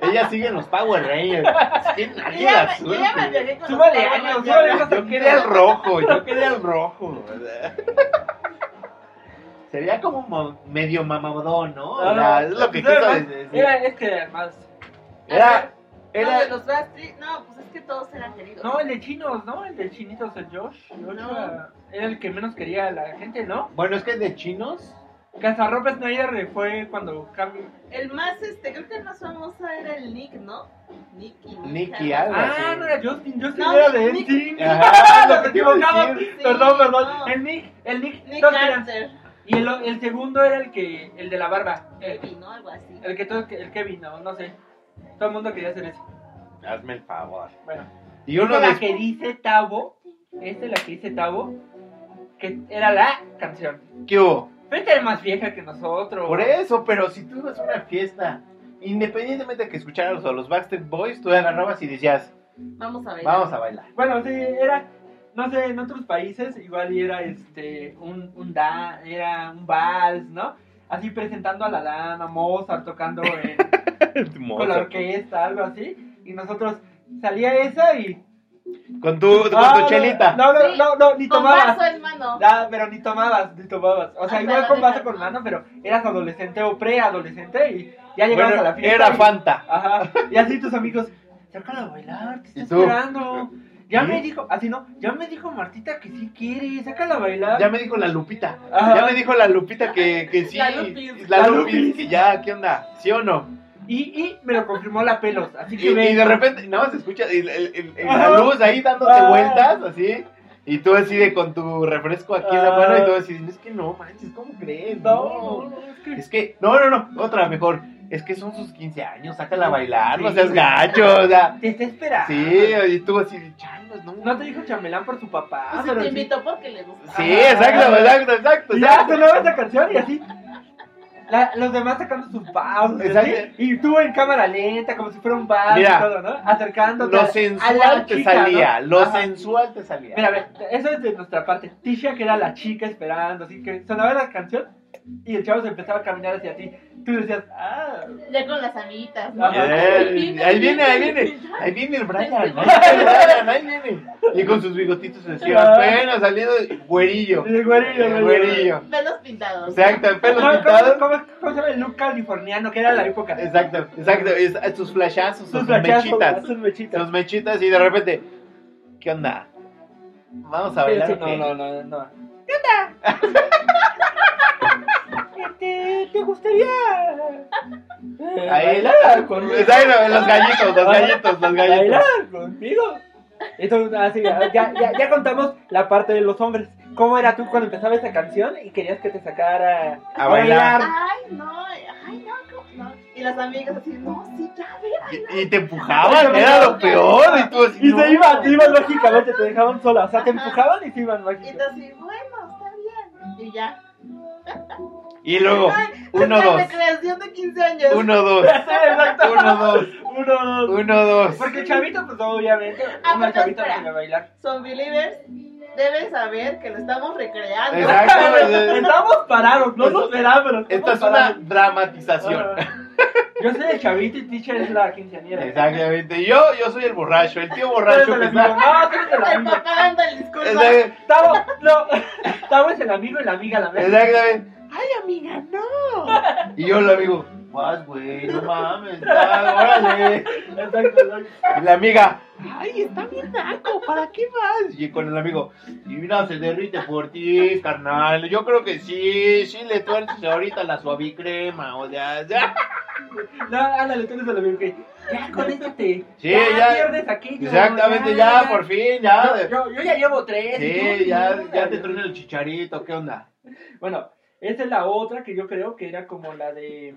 Speaker 1: Ella sigue en los Power Rangers. Es que
Speaker 3: yo
Speaker 1: nadie
Speaker 3: ya
Speaker 1: la
Speaker 3: me- yo
Speaker 1: sube.
Speaker 3: ya me peleé con los
Speaker 2: Súbale
Speaker 3: Power
Speaker 2: años,
Speaker 3: Rangers.
Speaker 2: súbale años.
Speaker 1: Yo quería el rojo, yo quería el rojo. ¿verdad? Sería como mo- medio mamadón, ¿no? O sea, es lo que
Speaker 2: Pues Era
Speaker 1: quiso
Speaker 2: el más-
Speaker 1: decir.
Speaker 2: Era este era el más.
Speaker 1: Era...
Speaker 3: No,
Speaker 1: era
Speaker 3: de los Backstreet, no, pues es que todos eran queridos.
Speaker 2: No, el de chinos, ¿no? El de chinitos, el Josh. Josh
Speaker 3: No.
Speaker 2: era, era el que menos quería a la gente, ¿no?
Speaker 1: Bueno, es que de chinos...
Speaker 2: Cazarropa Snyder fue cuando cambió.
Speaker 3: El más, este, creo que el más famoso era el Nick, ¿no? Nicky.
Speaker 1: Nicky,
Speaker 3: algo.
Speaker 1: algo.
Speaker 2: Ah,
Speaker 1: sí.
Speaker 2: no era Justin, Justin
Speaker 3: No,
Speaker 2: era
Speaker 3: Nick,
Speaker 2: de
Speaker 3: Nick.
Speaker 2: NSYNC.
Speaker 1: Ah. Ajá,
Speaker 2: Nos
Speaker 1: lo que te iba a
Speaker 2: equivocamos.
Speaker 1: decir.
Speaker 3: Sí,
Speaker 2: Ah, Perdón, perdón.
Speaker 3: no.
Speaker 2: El Nick, el Nick,
Speaker 3: Nick
Speaker 2: todos querían-
Speaker 3: Carter.
Speaker 2: Y el, el segundo era el que, el de la barba. El,
Speaker 3: Baby, ¿no? Algo así.
Speaker 2: el que todo, el Kevin, no, no sé. Todo el mundo quería hacer eso.
Speaker 1: Hazme el favor.
Speaker 2: Bueno.
Speaker 1: Y uno
Speaker 2: Esta
Speaker 1: de
Speaker 2: es la que dice Tavo, esta es la que dice Tabo, que era la canción.
Speaker 1: ¿Qué hubo?
Speaker 2: Pero esta es más vieja que nosotros.
Speaker 1: Por e- eso, pero si tú ibas a una fiesta, independientemente de que escucharas a los Backstreet Boys, tú agarrabas y decías,
Speaker 3: Vamos a ver.
Speaker 1: vamos a bailar.
Speaker 2: Bueno, sí, era, no sé, en otros países igual y era este, un, un da, era un vals, ¿no? Así presentando a la dama, Mozart tocando en- con la orquesta, algo así. Y nosotros salía esa y
Speaker 1: Con tu, con
Speaker 2: Ah,
Speaker 1: tu
Speaker 2: no,
Speaker 1: chelita.
Speaker 2: No, no,
Speaker 3: Sí.
Speaker 2: no, no, ni
Speaker 3: Con
Speaker 2: tomabas.
Speaker 3: vaso en mano.
Speaker 2: Ah, pero ni tomabas, ni tomabas. O sea,
Speaker 3: Ah,
Speaker 2: igual
Speaker 3: pero
Speaker 2: con
Speaker 3: de
Speaker 2: vaso
Speaker 3: cartón.
Speaker 2: con mano, pero eras adolescente o preadolescente y ya llegabas
Speaker 1: Bueno,
Speaker 2: a la fiesta.
Speaker 1: era
Speaker 2: y-
Speaker 1: Fanta.
Speaker 2: Ajá. Y así tus amigos, sácala a bailar, te está
Speaker 1: ¿Y tú?
Speaker 2: esperando. Ya
Speaker 1: ¿Sí?
Speaker 2: me dijo, así no, ya me dijo Martita que sí quiere, sácala a bailar.
Speaker 1: Ya me dijo la Lupita.
Speaker 2: Ajá.
Speaker 1: Ya me dijo la Lupita que, que sí.
Speaker 3: La Lupis.
Speaker 1: La
Speaker 2: La
Speaker 1: Lupis,
Speaker 2: Lupis.
Speaker 1: que ya, ¿qué onda? ¿Sí o no?
Speaker 2: Y, y me lo confirmó la pelos, así
Speaker 1: Y,
Speaker 2: que
Speaker 1: y
Speaker 2: ve.
Speaker 1: de repente, nada más escucha el- el- el- el- la
Speaker 2: Ajá.
Speaker 1: luz ahí dándote
Speaker 2: Ah.
Speaker 1: vueltas, así. Y tú así de con tu refresco aquí en la
Speaker 2: Ah.
Speaker 1: mano y tú así, es que no, manches, ¿cómo crees?
Speaker 2: No, no, no, es que-
Speaker 1: Es que, no, no, no, otra mejor. Es que son sus 15 años, sácala a bailar, no
Speaker 2: Sí.
Speaker 1: seas gacho, o sea.
Speaker 2: te está esperando.
Speaker 1: Sí, y tú así, de, changos, no.
Speaker 2: No te dijo chamelán por tu papá,
Speaker 3: O sea,
Speaker 2: pero
Speaker 3: Pues te
Speaker 2: sí.
Speaker 3: invitó porque le gusta.
Speaker 1: Sí, exacto, exacto, exacto.
Speaker 2: Y Ah. ya
Speaker 1: exacto.
Speaker 2: sonaba esa canción y así. la- los demás sacando sus pausas. y así,
Speaker 1: Exacto.
Speaker 2: Y tú en cámara lenta, como si fuera un bar
Speaker 1: Mira,
Speaker 2: y todo, ¿no? Acercándote.
Speaker 1: Lo
Speaker 2: a- a
Speaker 1: sensual
Speaker 2: la
Speaker 1: te
Speaker 2: chica,
Speaker 1: salía,
Speaker 2: ¿no?
Speaker 1: lo
Speaker 2: Ajá.
Speaker 1: sensual te salía.
Speaker 2: Mira, a ver, eso es de nuestra parte. Tisha, que era la chica esperando, así que sonaba la canción y el chavo se empezaba a caminar hacia ti. Tú decías, ah.
Speaker 3: Ya con las amiguitas. ¿no?
Speaker 2: Ajá.
Speaker 1: Eh, ahí viene, ahí viene, ahí viene el Brian, ahí viene el Brian, ahí viene. Y con sus bigotitos así, apenas saliendo, güerillo,
Speaker 2: El güerillo, el güerillo.
Speaker 1: güerillo.
Speaker 3: Pelos pintados.
Speaker 1: Exacto,
Speaker 2: No,
Speaker 1: pelos
Speaker 2: ¿cómo-
Speaker 1: pintados.
Speaker 2: cómo, cómo se llama el look californiano que era la época?
Speaker 1: Exacto, exacto, es- sus flashazos, sus,
Speaker 2: Sus flachazos,
Speaker 1: mechitas.
Speaker 2: sus mechitas.
Speaker 1: Los mechitas y de repente, ¿qué onda? Vamos a bailar.
Speaker 2: Sí,
Speaker 1: o
Speaker 2: no,
Speaker 1: qué?
Speaker 2: no, no, no. ¿Qué onda? ¿Te, te gustaría?
Speaker 1: Ahí,
Speaker 2: bailar conmigo.
Speaker 1: Exacto, los gallitos, los gallitos, los gallitos.
Speaker 2: Bailar conmigo. Esto, así, ya, ya, ya contamos la parte de los hombres. ¿Cómo era tú cuando empezaba esta canción y querías que te sacara
Speaker 3: Ah,
Speaker 1: A bailar.
Speaker 3: Ay, no, ay, no, ¿cómo? no. Y Y las amigas así, no, sí, ya ve.
Speaker 1: Y, y te empujaban, era lo peor. Y tú así,
Speaker 2: Y
Speaker 1: no.
Speaker 2: se iban, se iban lógicamente, te dejaban sola. O sea, te empujaban y se iban
Speaker 3: Y
Speaker 2: mágicamente.
Speaker 3: entonces, bueno, está bien. Y ya.
Speaker 1: Y luego,
Speaker 3: Ay,
Speaker 1: uno,
Speaker 3: es la
Speaker 1: dos.
Speaker 3: recreación de 15 años.
Speaker 1: Uno, dos.
Speaker 2: Sí, exacto.
Speaker 1: Uno, dos.
Speaker 2: Uno, dos.
Speaker 1: Uno, dos.
Speaker 2: Porque el chavito, pues obviamente,
Speaker 3: Ah,
Speaker 2: una
Speaker 3: pero
Speaker 2: chavita no
Speaker 3: espera.
Speaker 2: sabe bailar.
Speaker 3: Son believers. Deben saber que lo estamos recreando.
Speaker 1: Exacto.
Speaker 2: Estamos parados, no nos verán, pero
Speaker 1: Esta
Speaker 2: estamos
Speaker 1: es una
Speaker 2: parados. Ah,
Speaker 1: dramatización.
Speaker 2: Yo soy el chavito y teacher es la quinceañera.
Speaker 1: Exactamente. Yo, yo soy el borracho, el tío
Speaker 2: Tú eres
Speaker 1: borracho.
Speaker 2: el
Speaker 1: que
Speaker 2: amigo.
Speaker 1: está-
Speaker 2: No, tú eres el
Speaker 3: El
Speaker 2: amigo.
Speaker 3: papá dando el discurso.
Speaker 1: Exact-
Speaker 2: Tavo, no. Tavo es el amigo y la amiga a la vez.
Speaker 1: Exactamente.
Speaker 3: Ay, amiga, no.
Speaker 1: Y yo lo amigo. Más, güey, no mames. vas, órale.
Speaker 2: Exacto, exacto.
Speaker 1: Y la amiga.
Speaker 3: Ay, está bien naco. ¿Para qué?
Speaker 1: Y con el amigo, y mira, se derrite por ti, carnal. Yo creo que sí, sí le tuerces ahorita la suavicrema, o sea, ya.
Speaker 2: No, ándale, tú eres el amigo que. Ya, conéctate.
Speaker 1: Sí, ya.
Speaker 2: pierdes aquello.
Speaker 1: Exactamente, ya, por fin, ya.
Speaker 2: Yo, yo, yo ya llevo tres. y tú-
Speaker 1: Sí, ya, ya te truena el chicharito, ¿qué onda?
Speaker 2: Bueno, esa es la otra que yo creo que era como la de.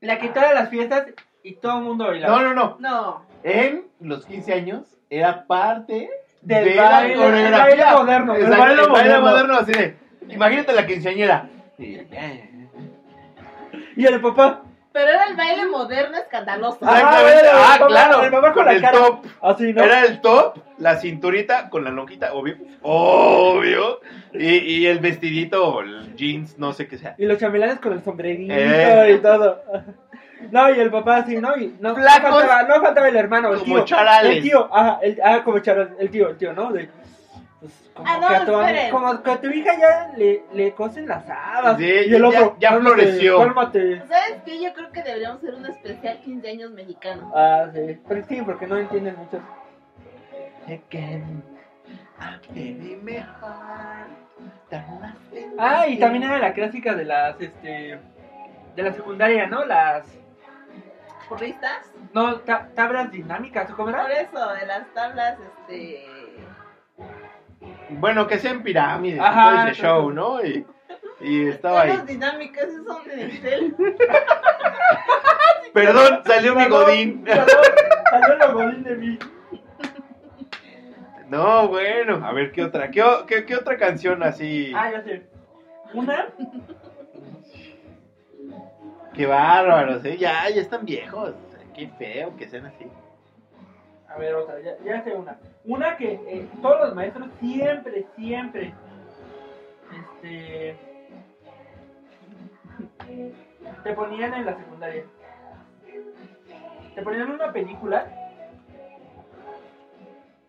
Speaker 2: La que todas las fiestas y todo el mundo bailaba.
Speaker 1: No, no, no.
Speaker 3: No.
Speaker 1: En los 15 años era parte
Speaker 2: Del
Speaker 1: de
Speaker 2: baile,
Speaker 1: la coreografía.
Speaker 2: del baile moderno, del
Speaker 1: Exacto,
Speaker 2: baile
Speaker 1: el baile
Speaker 2: moderno.
Speaker 1: moderno, así de. Imagínate la quinceañera. Y-
Speaker 2: Y el papá.
Speaker 3: Pero era el baile moderno escandaloso.
Speaker 2: Ah,
Speaker 1: Exactamente.
Speaker 2: bueno,
Speaker 1: Ah,
Speaker 2: el papá-
Speaker 1: claro.
Speaker 2: el papá con la
Speaker 1: el
Speaker 2: cara.
Speaker 1: top.
Speaker 2: Así, ¿no?
Speaker 1: Era el top, la cinturita con la lonjita, obvio. Obvio. Y, y el vestidito o el jeans, no sé qué sea.
Speaker 2: Y los chambelanes con el sombrerito
Speaker 1: Eh.
Speaker 2: y todo. No, y el papá así, ¿no? Y no, no
Speaker 1: Flacos.
Speaker 2: faltaba, no faltaba el hermano, el
Speaker 1: Como
Speaker 2: tío.
Speaker 1: charales.
Speaker 2: El tío, ajá, el, ah, como charales, el tío, el tío, ¿no? De- pues, como,
Speaker 3: Ah, no,
Speaker 2: que a tu,
Speaker 3: esperen.
Speaker 2: como que a tu hija ya le, le cosen las habas.
Speaker 1: Sí,
Speaker 2: y el
Speaker 1: ya-
Speaker 2: otro,
Speaker 1: ya
Speaker 2: cálmate,
Speaker 1: floreció.
Speaker 2: Cálmate.
Speaker 3: ¿Sabes qué? Yo creo que deberíamos hacer un especial 15 años mexicano.
Speaker 2: Ah, sí. Pero sí, porque no entienden mucho. Ah, y también era la clásica de las, este, de la secundaria, ¿no? Las,
Speaker 3: ¿Porristas?
Speaker 2: no, ta- tablas dinámicas, ¿o ¿cómo era?
Speaker 3: Por eso, de las tablas, este.
Speaker 1: Bueno, que sea en pirámides,
Speaker 2: Ajá,
Speaker 1: todo ese
Speaker 2: entonces-
Speaker 1: show, ¿no? Y, y estaba ahí.
Speaker 3: Tablas dinámicas, eso son de Excel.
Speaker 1: Perdón, salió mi
Speaker 2: Perdón,
Speaker 1: godín.
Speaker 2: perdón, Salió la godín de mí.
Speaker 1: No, bueno, a ver, ¿qué otra? ¿Qué, o- qué, qué otra canción así?
Speaker 2: Ah, ya sé. Una,
Speaker 1: Qué bárbaros, ¿eh? Ya, ya están viejos. Qué feo que sean así.
Speaker 2: a ver, otra, ya, ya sé una. Una que eh, todos los maestros siempre, siempre, este, te ponían en la secundaria. Te ponían una película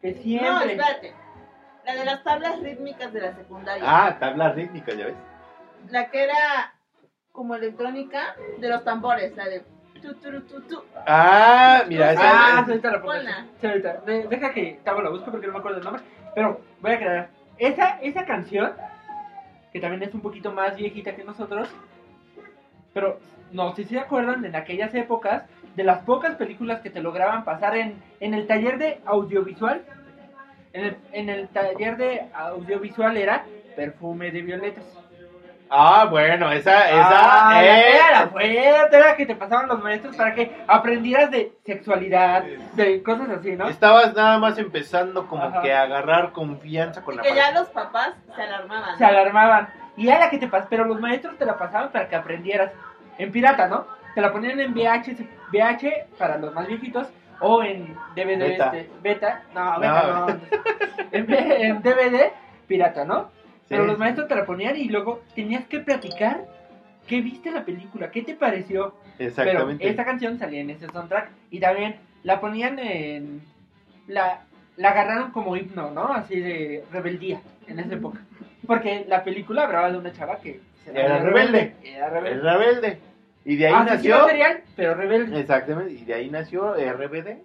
Speaker 2: que
Speaker 3: No,
Speaker 2: siempre...
Speaker 3: espérate. La de las tablas rítmicas de la secundaria.
Speaker 1: Ah, tablas rítmicas, ya ves.
Speaker 3: La que era como electrónica de los tambores, la de. Tu, tu, tu, tu.
Speaker 1: Ah, mira, esa.
Speaker 2: Ah, sí, ahorita la pongo.
Speaker 3: Ponla.
Speaker 2: Sí, ahorita. De- Deja que Tavo la busco porque no me acuerdo el nombre. Pero voy a crear. Esa, esa canción, que también es un poquito más viejita que nosotros, pero no sé si se acuerdan en aquellas épocas de las pocas películas que te lograban pasar en, en el taller de audiovisual. En el, en el taller de audiovisual era perfume de violetas.
Speaker 1: Ah, bueno, esa, esa.
Speaker 2: Ah,
Speaker 1: eh.
Speaker 2: Era la fuerte, era la que te pasaban los maestros para que aprendieras de sexualidad, de cosas así, ¿no?
Speaker 1: Estabas nada más empezando como
Speaker 2: Ajá.
Speaker 1: que a agarrar confianza con
Speaker 3: Y
Speaker 1: la
Speaker 3: que ya
Speaker 1: pareja.
Speaker 3: los papás se alarmaban.
Speaker 2: Se alarmaban. Y era la que te pas pero los maestros te la pasaban para que aprendieras. En pirata, ¿no? Te la ponían en VH, VH para los más viejitos o en DVD
Speaker 1: Beta.
Speaker 2: este, beta. No, beta no. en, V- en DVD pirata, ¿no?
Speaker 1: Sí.
Speaker 2: Pero los maestros te la ponían y luego tenías que platicar qué viste la película, qué te pareció. Pero
Speaker 1: Exactamente.
Speaker 2: esta canción salía en ese soundtrack y también la ponían en... La, la agarraron como himno, ¿no? Así de rebeldía en esa época. Porque la película hablaba de una chava que... se la
Speaker 1: Era
Speaker 2: veía
Speaker 1: rebelde.
Speaker 2: Era
Speaker 1: El
Speaker 2: rebelde. Ah,
Speaker 1: rebelde. Y de ahí
Speaker 2: Así
Speaker 1: nació.
Speaker 2: material, pero rebelde.
Speaker 1: Exactamente. Y de ahí nació RBD.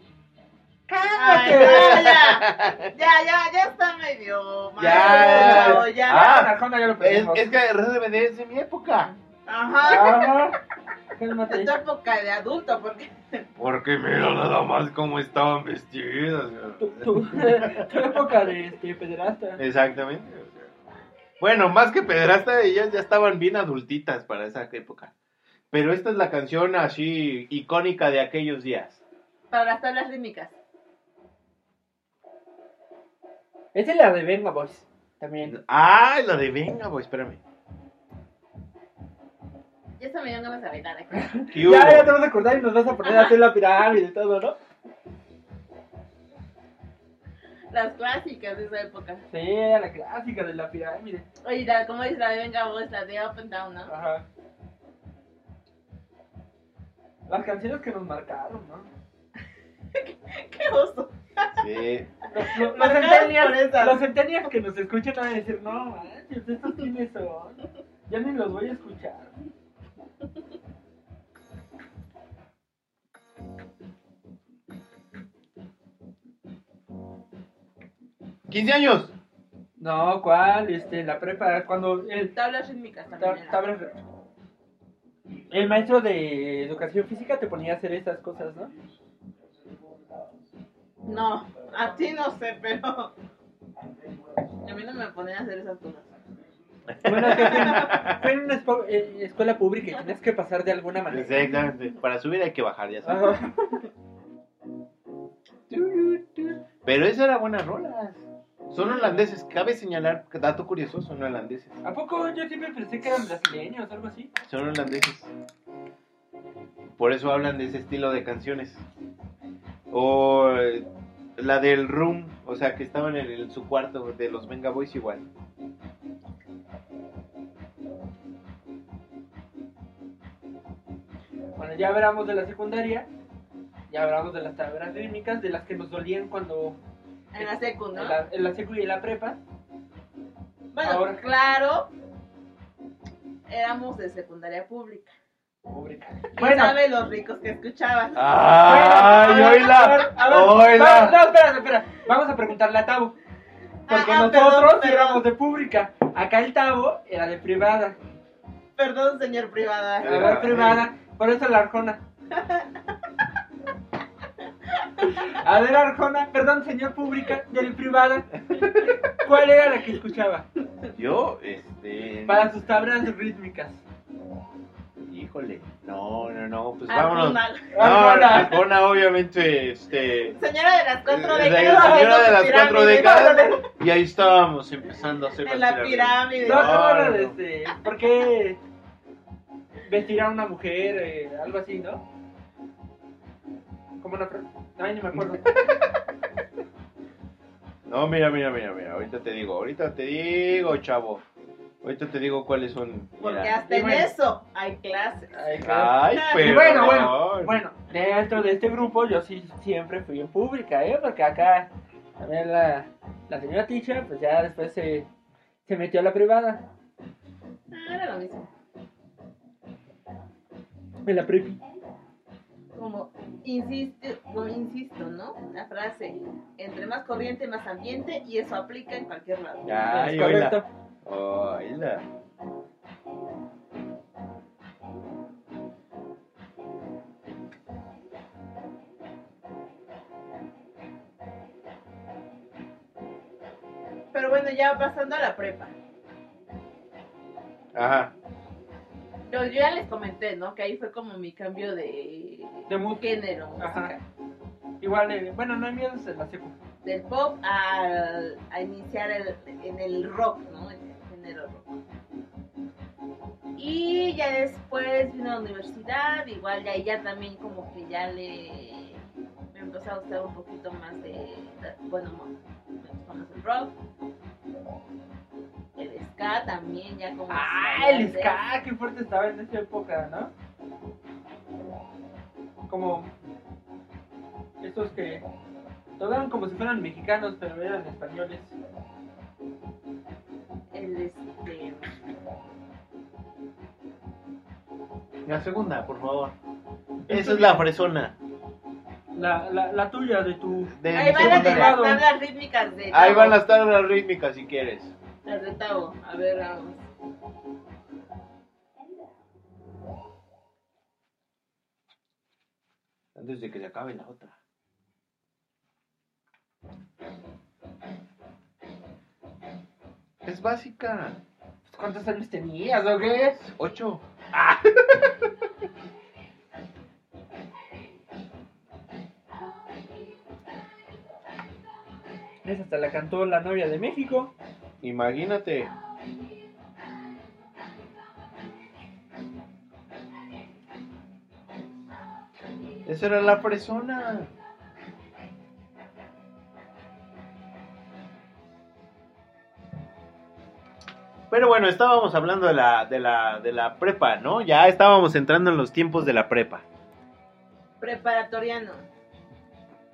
Speaker 1: Ah,
Speaker 3: Ay,
Speaker 2: ¡Cálmate!
Speaker 3: no, ya, ya, ya, ya está medio mal.
Speaker 1: Ya.
Speaker 3: chavo, ya.
Speaker 1: Ah.
Speaker 2: Con Arjona ya lo
Speaker 1: Es,
Speaker 2: pedimos.
Speaker 1: es que RBD es de mi época.
Speaker 3: Ajá.
Speaker 2: Ajá.
Speaker 3: En
Speaker 2: Cálmate.
Speaker 3: tu época de adulto, porque
Speaker 1: Porque mira nada más cómo estaban vestidas.
Speaker 2: Tu, tu- tu época de este, pederasta.
Speaker 1: Exactamente. o sea. Bueno, más que pedrasta, ellas ya estaban bien adultitas para esa época. Pero esta es la canción así icónica de aquellos días.
Speaker 3: Para las tablas rítmicas.
Speaker 4: Esa es la de Venga Boys. También.
Speaker 1: Ah, la de venga, pues espérame.
Speaker 3: Ya se me dieron ganas de bailar ¿eh? aquí.
Speaker 1: ¿Qué hubo?
Speaker 4: Ya, ya te vas a acordar y nos vas a poner a hacer la pirámide y todo, ¿no?
Speaker 3: Las clásicas de esa época.
Speaker 2: Sí, era la clásica de la pirámide.
Speaker 3: Oye, la, ¿cómo dice la de Venga Boys? La de Up and Down, ¿no?
Speaker 2: Ajá. Las canciones que nos marcaron, ¿no?
Speaker 3: ¡Qué oso!
Speaker 1: Sí.
Speaker 2: Los, los, los,
Speaker 3: Marcadas por
Speaker 2: centenias,
Speaker 3: esas.
Speaker 2: los centennials que nos escuchan van a decir, no manches, estos quiénes son. Ya ni los voy a escuchar.
Speaker 1: ¿15 años?
Speaker 2: No, ¿cuál? Este, la prepa, cuando el
Speaker 3: Tablas rítmicas también. ¿eh?
Speaker 2: tab-
Speaker 3: era.
Speaker 2: tablas re- el maestro de educación física te ponía a hacer estas cosas, ¿no?
Speaker 3: No, a ti no sé, pero. A mí no me ponían a hacer esas cosas.
Speaker 2: Bueno, es que fue, en- fue en una espo- eh, escuela pública y tenías que pasar de alguna manera.
Speaker 1: Exactamente. Para subir hay que bajar, ya sabes.
Speaker 2: Ajá.
Speaker 1: Pero esa era buenas rolas. Son holandeses. Cabe señalar, dato curioso, son holandeses.
Speaker 2: ¿A poco yo siempre pensé que eran brasileños o algo así?
Speaker 1: Son holandeses. Por eso hablan de ese estilo de canciones. O eh, la del room, o sea, que estaban en, el- su cuarto de los Venga Boys igual.
Speaker 2: Bueno, ya hablamos de la secundaria, ya hablamos de las tablas rítmicas, de las que nos dolían cuando
Speaker 3: En la secu, ¿no?
Speaker 2: en la, en la secu y en la prepa.
Speaker 3: Bueno,
Speaker 2: ahora-
Speaker 3: claro. Éramos de secundaria pública.
Speaker 2: Pública.
Speaker 3: ¿Quién
Speaker 2: Bueno, Ah.
Speaker 3: sabe los ricos que escuchaban?
Speaker 1: ¡Ay,
Speaker 2: Bueno,
Speaker 1: oíla!
Speaker 2: a ver, va-
Speaker 1: ¡Oíla!
Speaker 2: No, espera, espera. Vamos a preguntarle a Tavo. Porque
Speaker 3: Ah, ah,
Speaker 2: nosotros
Speaker 3: perdón,
Speaker 2: éramos de pública. Acá el Tavo era de privada.
Speaker 3: Perdón, señor privada.
Speaker 1: Ah.
Speaker 2: Era privada. Por eso la Arjona. A ver, Arjona, perdón, señor pública, de privada. ¿Cuál era la que escuchaba?
Speaker 1: Yo, este.
Speaker 2: Para sus tablas rítmicas.
Speaker 1: Híjole. No, no, no,
Speaker 3: Ah,
Speaker 1: pues vámonos.
Speaker 3: Arjona.
Speaker 1: No,
Speaker 2: Arjona.
Speaker 1: Arjona, obviamente, este.
Speaker 3: Señora de las cuatro
Speaker 1: eh,
Speaker 3: décadas.
Speaker 1: la señora
Speaker 3: haciendo
Speaker 1: de
Speaker 3: su
Speaker 1: las cuatro
Speaker 3: pirámide.
Speaker 1: décadas. Y ahí estábamos empezando a hacer
Speaker 3: En
Speaker 1: las
Speaker 3: la
Speaker 1: pirámides.
Speaker 3: pirámide.
Speaker 2: No, no, no,
Speaker 1: no.
Speaker 2: este, ¿por qué vestir a una mujer? eh, algo así, ¿no? Como una. pro- Ay, no me acuerdo.
Speaker 1: No, mira, mira, mira, mira. Ahorita te digo, ahorita te digo, chavo. Ahorita te digo cuáles son.
Speaker 3: Porque
Speaker 1: Mira.
Speaker 3: hasta
Speaker 2: Y
Speaker 3: en
Speaker 2: bueno.
Speaker 3: eso hay clases.
Speaker 2: Ay, qué-
Speaker 1: Ay, pero.
Speaker 2: Y bueno, bueno, bueno, dentro de este grupo yo sí siempre fui en pública, ¿eh? Porque acá también la, la señora Ticha, pues ya después se, se metió a la privada,
Speaker 3: Ah, era lo mismo.
Speaker 2: en la prepi.
Speaker 3: Como insisto, como insisto, ¿no? La frase, entre más corriente, más ambiente, y eso aplica en cualquier lado.
Speaker 1: Ay,
Speaker 2: Es
Speaker 1: oíla.
Speaker 2: correcto.
Speaker 1: Oíla.
Speaker 3: Pero bueno, ya pasando a la prepa.
Speaker 1: Ajá.
Speaker 3: Yo, yo ya les comenté, ¿no? Que ahí fue como mi cambio de,
Speaker 2: De mood.
Speaker 3: género
Speaker 2: Ajá.
Speaker 3: musical.
Speaker 2: Igual, eh, bueno, no hay miedo en la secu.
Speaker 3: Del pop al, a iniciar el- en el rock, ¿no? En el género rock. Y ya después vine a la universidad, igual ya, ya también como que ya le me empezó a gustar un poquito más de, de- bueno, mo- me gustó más el rock. El ska también, ya como...
Speaker 2: Ah, el ska, qué fuerte estaba en esa época, ¿no? Como estos que tocaban como si fueran mexicanos, pero eran españoles.
Speaker 3: El este...
Speaker 1: La segunda, por favor. Esa es la fresona.
Speaker 2: La, la, la tuya de tu
Speaker 1: de
Speaker 3: Ahí
Speaker 1: mi
Speaker 3: van las de
Speaker 1: secundaria.
Speaker 3: las tablas rítmicas de
Speaker 1: Ahí
Speaker 3: Tavo.
Speaker 1: van las tablas rítmicas si quieres.
Speaker 3: Las de Tavo. A ver, vamos.
Speaker 1: Antes de que se acabe la otra. Es básica.
Speaker 2: ¿Cuántos años tenías o qué?
Speaker 1: Ocho.
Speaker 2: Esa hasta la cantó la novia de México.
Speaker 1: Imagínate. Eso era la persona. Pero bueno, estábamos hablando de la, de, la, de la prepa, ¿no? Ya estábamos entrando en los tiempos de la prepa.
Speaker 3: Preparatoriano.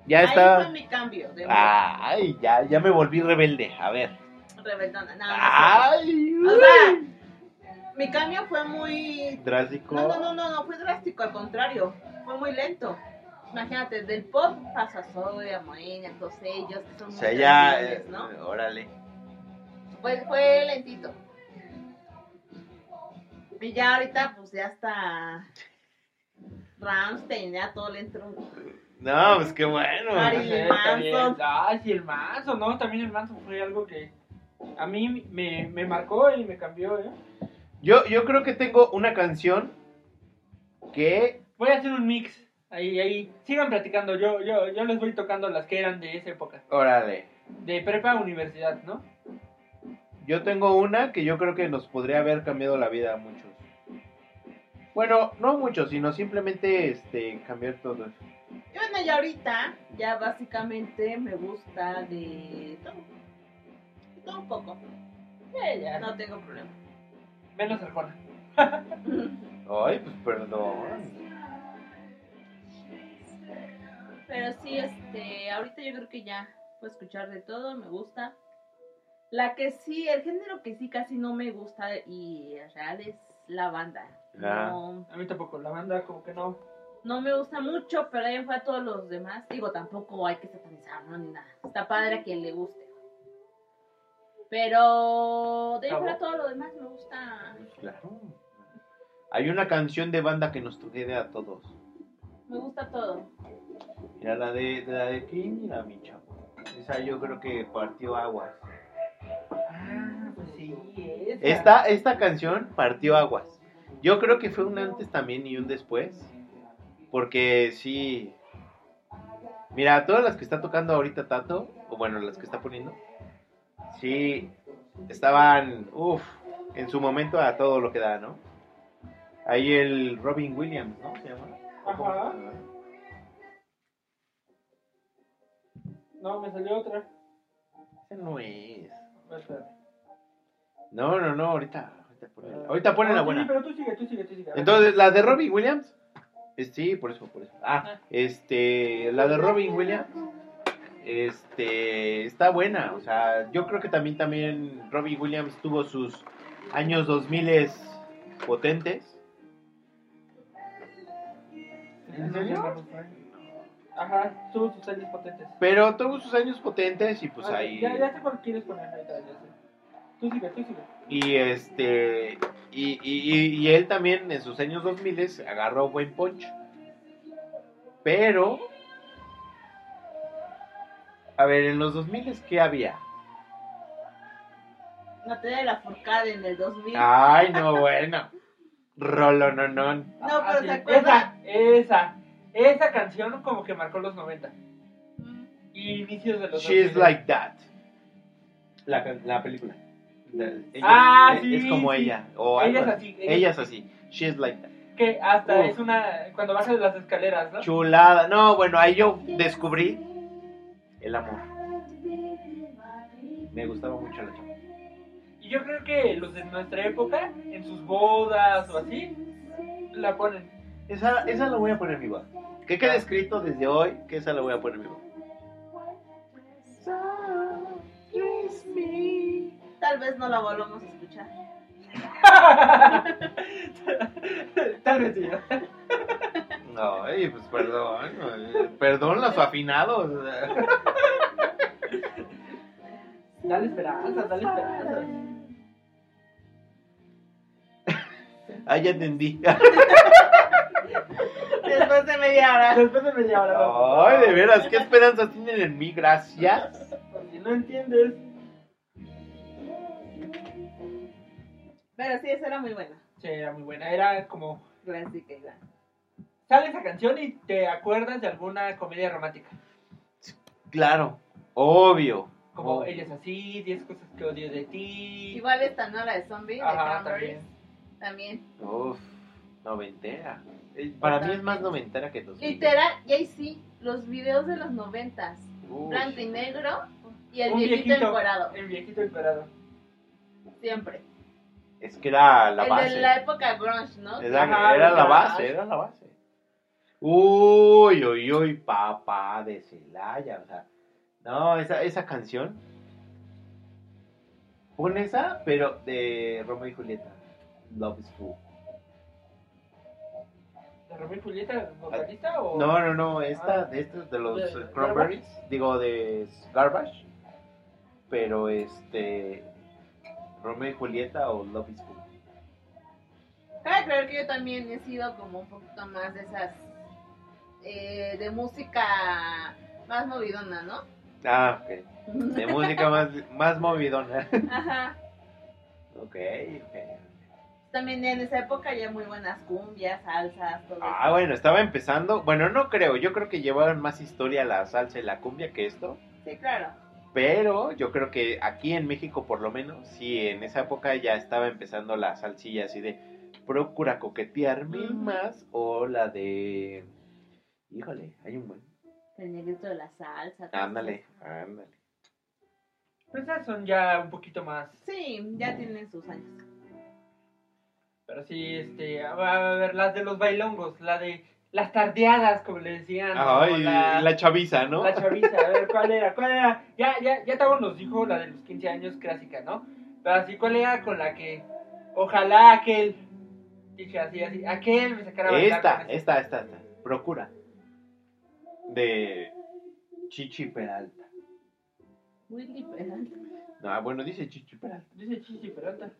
Speaker 1: Ya
Speaker 3: Ahí
Speaker 1: está. Ah.
Speaker 3: fue mi cambio de
Speaker 1: Ay, ya, ya me volví rebelde. A ver.
Speaker 3: rebeldona. No, no,
Speaker 1: Ah. Ay,
Speaker 3: no. O sea, mi cambio fue muy
Speaker 1: drástico.
Speaker 3: No, no, no, no, no fue drástico, al contrario, fue muy lento. Imagínate, del pop pasa a Zoe, a Moenia, a todos ellos, que son
Speaker 1: O
Speaker 3: muy
Speaker 1: sea, ya.
Speaker 3: grandes,
Speaker 1: eh,
Speaker 3: ¿no?
Speaker 1: Órale.
Speaker 3: Pues fue lentito. Y ya ahorita, pues ya está Ramstein, ya todo le entró un-
Speaker 1: No, pues qué bueno.
Speaker 3: Ay, el
Speaker 2: Está bien.
Speaker 3: Manson.
Speaker 2: Ay, sí, el manso, ¿no? También el manso fue algo que a mí me, me marcó y me cambió, ¿eh?
Speaker 1: Yo, yo creo que tengo una canción que.
Speaker 2: Voy a hacer un mix. Ahí, ahí. Sigan platicando. Yo, yo, yo les voy tocando las que eran de esa época.
Speaker 1: Órale.
Speaker 2: De prepa a universidad, ¿no?
Speaker 1: Yo tengo una que yo creo que nos podría haber cambiado la vida a muchos. Bueno, no muchos, sino simplemente este cambiar todo. eso.
Speaker 3: Y bueno, ya ahorita, ya básicamente me gusta de todo. De todo un poco. Ya, ya, no tengo problema.
Speaker 2: Menos Arjona.
Speaker 1: Ay, pues perdón.
Speaker 3: Pero sí, este, ahorita yo creo que ya puedo escuchar de todo, me gusta. La que sí, el género que sí casi no me gusta y es real es la banda.
Speaker 1: Ah.
Speaker 3: No,
Speaker 2: A mí tampoco. La banda como que no.
Speaker 3: no me gusta mucho, pero ahí fue a todos los demás. Digo, tampoco hay que satanizarlo ni nada. Está padre a quien le guste. Pero de ahí
Speaker 2: Cabo.
Speaker 3: fuera todo lo demás me gusta.
Speaker 1: Claro. Hay una canción de banda que nos toque a todos.
Speaker 3: Me gusta todo.
Speaker 1: Mira la de, de la de Kim y la mi chavo. Esa yo creo que partió aguas.
Speaker 2: Ah, pues sí. Esa.
Speaker 1: Esta, esta canción partió aguas. Yo creo que fue un antes también y un después. Porque sí. Mira, todas las que está tocando ahorita Tato, o bueno, las que está poniendo, sí, estaban, uff, en su momento a todo lo que da, ¿no? Ahí el Robin Williams, ¿no? Se llama. ¿O cómo se
Speaker 2: Ajá.
Speaker 1: llama?
Speaker 2: No, me salió otra.
Speaker 1: Ese no es.
Speaker 2: Espérate.
Speaker 1: No, no, no, ahorita. Ahorita ponen, ahorita ponen la
Speaker 2: No,
Speaker 1: buena.
Speaker 2: Sí, pero tú sigue, tú sigue, tú sigue.
Speaker 1: Entonces, la de Robin Williams. eh, Sí, por eso, por eso. Ah, este, la de Robin Williams. Este, está buena. O sea, yo creo que también, también Robin Williams tuvo sus años 2000 potentes. ¿En serio?
Speaker 2: Ajá, tuvo sus años potentes.
Speaker 1: Pero tuvo sus años potentes y pues
Speaker 2: Ah,
Speaker 1: ahí.
Speaker 2: Ya, ya sé cuál quieres poner ahorita, ya sé. Tú sigue, tú sigue.
Speaker 1: Y este. Y, y- y- y él también en sus años 2000 agarró buen punch. Pero. A ver, en los 2000 ¿qué había?
Speaker 3: No te da la furcada en el 2000.
Speaker 2: Ah.
Speaker 1: Ay, no, bueno. Rolo, no, no.
Speaker 3: No, pero
Speaker 2: Ah, sí.
Speaker 3: ¿se acuerda?
Speaker 2: Esa, esa, esa canción como que marcó los 90
Speaker 3: Mm.
Speaker 2: y inicios de los
Speaker 1: She's
Speaker 2: 2000.
Speaker 1: like that. La, can- la película. De- ella-
Speaker 2: Ah,
Speaker 1: es,
Speaker 2: sí,
Speaker 1: es como
Speaker 2: sí.
Speaker 1: ella. O
Speaker 2: Ella es
Speaker 1: oh, algo
Speaker 2: así, ella es
Speaker 1: Ella es así. She's like that.
Speaker 2: que hasta
Speaker 1: Uf.
Speaker 2: es una cuando bajas las escaleras, ¿no?
Speaker 1: Chulada. No, bueno, ahí yo descubrí el amor. Me gustaba mucho la chava.
Speaker 2: Y yo creo que los de nuestra época en sus bodas o así la ponen.
Speaker 1: Esa, esa la voy a poner en mi boda. Que quede escrito desde hoy que esa la voy a poner en mi boda.
Speaker 3: Tal vez no la volvamos a escuchar.
Speaker 2: Tal vez sí. ¿no?
Speaker 1: No, ey, pues perdón. eh, Perdón los afinados.
Speaker 2: Dale esperanza, dale esperanza.
Speaker 1: Ah, ya entendí.
Speaker 3: Después de media hora.
Speaker 2: Después de media hora. vamos.
Speaker 1: Ay, de veras, ¿qué esperanzas tienen en mí? Gracias.
Speaker 2: Porque no entiendes.
Speaker 3: Pero sí, esa era muy buena.
Speaker 2: Sí, era muy buena. Era como
Speaker 3: Clásica y la-
Speaker 2: sale esa canción y te acuerdas de alguna comedia romántica.
Speaker 1: Claro, obvio.
Speaker 2: Como
Speaker 1: Oh.
Speaker 2: Ella es así, 10 cosas que odio de ti.
Speaker 3: Igual esta no la de zombie de
Speaker 2: Ajá,
Speaker 3: Cranberries.
Speaker 2: también.
Speaker 3: También.
Speaker 1: Uf, noventera. Eh, Para mí es más noventera que dos. mil.
Speaker 3: Literal, y ahí sí, los videos de los noventas.
Speaker 1: Uy.
Speaker 3: Blanco y negro y el
Speaker 2: Un
Speaker 3: viejito,
Speaker 2: viejito.
Speaker 3: encuerado.
Speaker 2: El viejito emperado.
Speaker 3: Siempre.
Speaker 1: Es que era la
Speaker 3: el
Speaker 1: base.
Speaker 3: de la época grunge, ¿no?
Speaker 1: Era,
Speaker 2: Ajá,
Speaker 1: era la
Speaker 2: era la
Speaker 1: base, era la base. Uy, uy, uy, papá de Celaya. O sea, no, esa, esa canción. Pon esa, pero de Romeo y Julieta. Love is Fool.
Speaker 2: ¿La Romeo y Julieta, vocalista o.?
Speaker 1: No, no, no, esta, de estos, de los
Speaker 2: ¿De-
Speaker 1: eh, Cranberries, digo, de Garbage. Pero este. Romeo y Julieta o Love is Fool.
Speaker 3: Cabe creer que yo también he sido como un poquito más de esas. eh, de música más movidona, ¿no?
Speaker 1: Ah, ok. De música más, más movidona.
Speaker 3: Ajá.
Speaker 1: Ok, ok.
Speaker 3: También en esa época ya muy buenas cumbias, salsas, todo
Speaker 1: Ah,
Speaker 3: eso.
Speaker 1: bueno, estaba empezando. Bueno, no creo. Yo creo que llevaron más historia la salsa y la cumbia que esto.
Speaker 3: Sí, claro.
Speaker 1: Pero yo creo que aquí en México, por lo menos, sí, en esa época ya estaba empezando la salsilla así de procura coquetearme
Speaker 3: Ujú.
Speaker 1: más. O la de. Híjole, hay un buen.
Speaker 3: El negrito de la salsa. todo
Speaker 1: Ándale, ándale.
Speaker 2: Pues esas son ya un poquito más.
Speaker 3: eso. Sí, ya tienen sus años.
Speaker 2: Pero sí, este. A a ver, las de los bailongos, la de. Las tardeadas, como le decían. o
Speaker 1: Ay,
Speaker 2: la-
Speaker 1: la chaviza, ¿no?
Speaker 2: La chaviza, a ver, ¿cuál era? ¿Cuál era? Ya, ya, ya Tavo nos dijo la de los 15 años clásica, ¿no? Pero así, ¿cuál era con la que ojalá aquel, dije así, así, aquel me sacara a bailar
Speaker 1: Esta,
Speaker 2: con esa?
Speaker 1: esta, esta, esta. Procura. De Chichi Peralta.
Speaker 3: Willy Peralta.
Speaker 1: No, bueno, dice Chichi Peralta.
Speaker 2: Dice Chichi Peralta.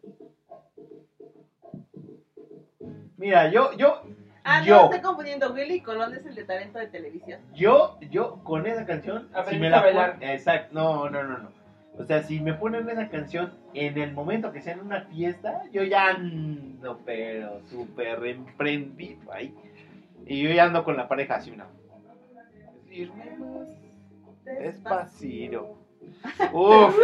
Speaker 1: Mira, yo, yo,
Speaker 3: Ah,
Speaker 1: Yo.
Speaker 3: no, estoy confundiendo. Willy Colón es el de talento de televisión.
Speaker 1: Yo, yo con esa canción,
Speaker 2: Aprendiste
Speaker 1: si me la
Speaker 2: a bailar.
Speaker 1: pon- exacto, no, no, no, no. O sea, si me ponen esa canción en el momento que sea en una fiesta, yo ya ando, pero súper emprendido ahí. Y yo ya ando con la pareja así, una. Irme más despacito. Uf.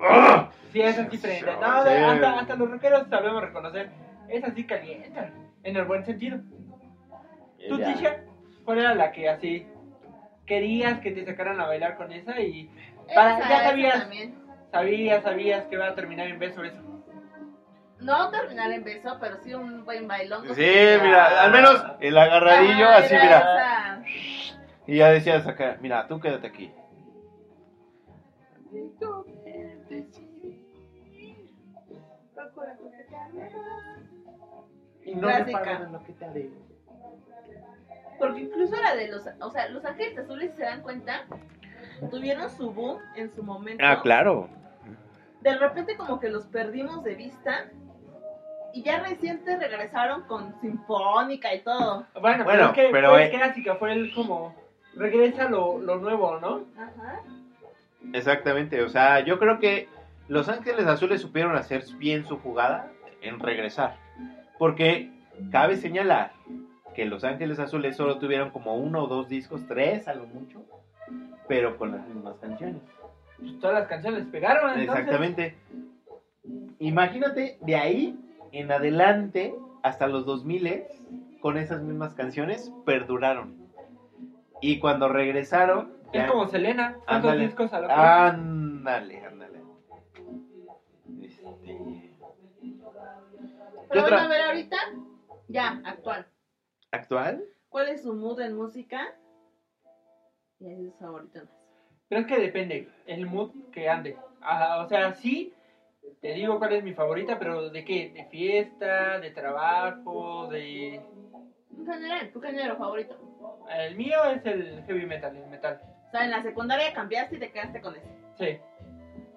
Speaker 1: Ah.
Speaker 2: Sí, esa sí prende. No,
Speaker 1: Sí.
Speaker 2: de- hasta, hasta los rockeros sabemos reconocer. Esa sí calienta, en el buen sentido. ¿Tú,
Speaker 1: Ya.
Speaker 2: Tisha, cuál era la que así querías que te sacaran a bailar con esa y Para-
Speaker 3: Esa,
Speaker 2: ya
Speaker 3: esa
Speaker 2: sabías.
Speaker 3: también.
Speaker 2: sabías, sabías que iba a terminar en beso eso?
Speaker 3: No terminar en beso, pero sí un buen bailón.
Speaker 1: Sí, mira, al menos el agarradillo
Speaker 3: Ajá,
Speaker 1: así,
Speaker 3: era
Speaker 1: mira.
Speaker 3: esa.
Speaker 1: Y ya decías acá, mira, tú quédate aquí. Y
Speaker 3: no Clásica. reparas en
Speaker 1: lo que te
Speaker 3: Porque incluso la de los, o sea, los ángeles azules, si se dan cuenta, tuvieron su boom en su momento.
Speaker 1: Ah, claro.
Speaker 3: De repente como que los perdimos de vista y ya reciente regresaron con Sinfónica y todo.
Speaker 1: Bueno,
Speaker 2: Bueno, pero, es que
Speaker 1: pero,
Speaker 2: fue
Speaker 1: eh,
Speaker 2: clásica, fue el como regresa lo, lo nuevo, ¿no?
Speaker 3: Ajá.
Speaker 1: Exactamente, o sea, yo creo que Los Ángeles Azules supieron hacer bien su jugada en regresar. Porque cabe señalar que Los Ángeles Azules solo tuvieron como uno o dos discos, tres a lo mucho, pero con las mismas canciones.
Speaker 2: Pues todas las canciones les pegaron, entonces.
Speaker 1: Exactamente. Imagínate de ahí en adelante hasta los 2000 con esas mismas canciones perduraron. Y cuando regresaron,
Speaker 2: Es
Speaker 1: ya-
Speaker 2: como Selena, tantos
Speaker 1: Ándale. Ah,
Speaker 2: discos a lo que-
Speaker 1: Ándale, ándale. Este,
Speaker 3: Pero
Speaker 1: otra?
Speaker 3: bueno, a ver ahorita, ya, actual.
Speaker 1: ¿Actual?
Speaker 3: ¿Cuál es su mood en música? Y es su favorito más.
Speaker 2: Pero es que depende el mood que ande. Ajá, o sea, sí, te digo cuál es mi favorita, pero ¿de qué? ¿De fiesta? ¿De trabajo? ¿De...?
Speaker 3: En general, tu género favorito.
Speaker 2: El mío es el heavy metal, el metal.
Speaker 3: O sea, en la secundaria cambiaste y te quedaste con ese.
Speaker 2: Sí,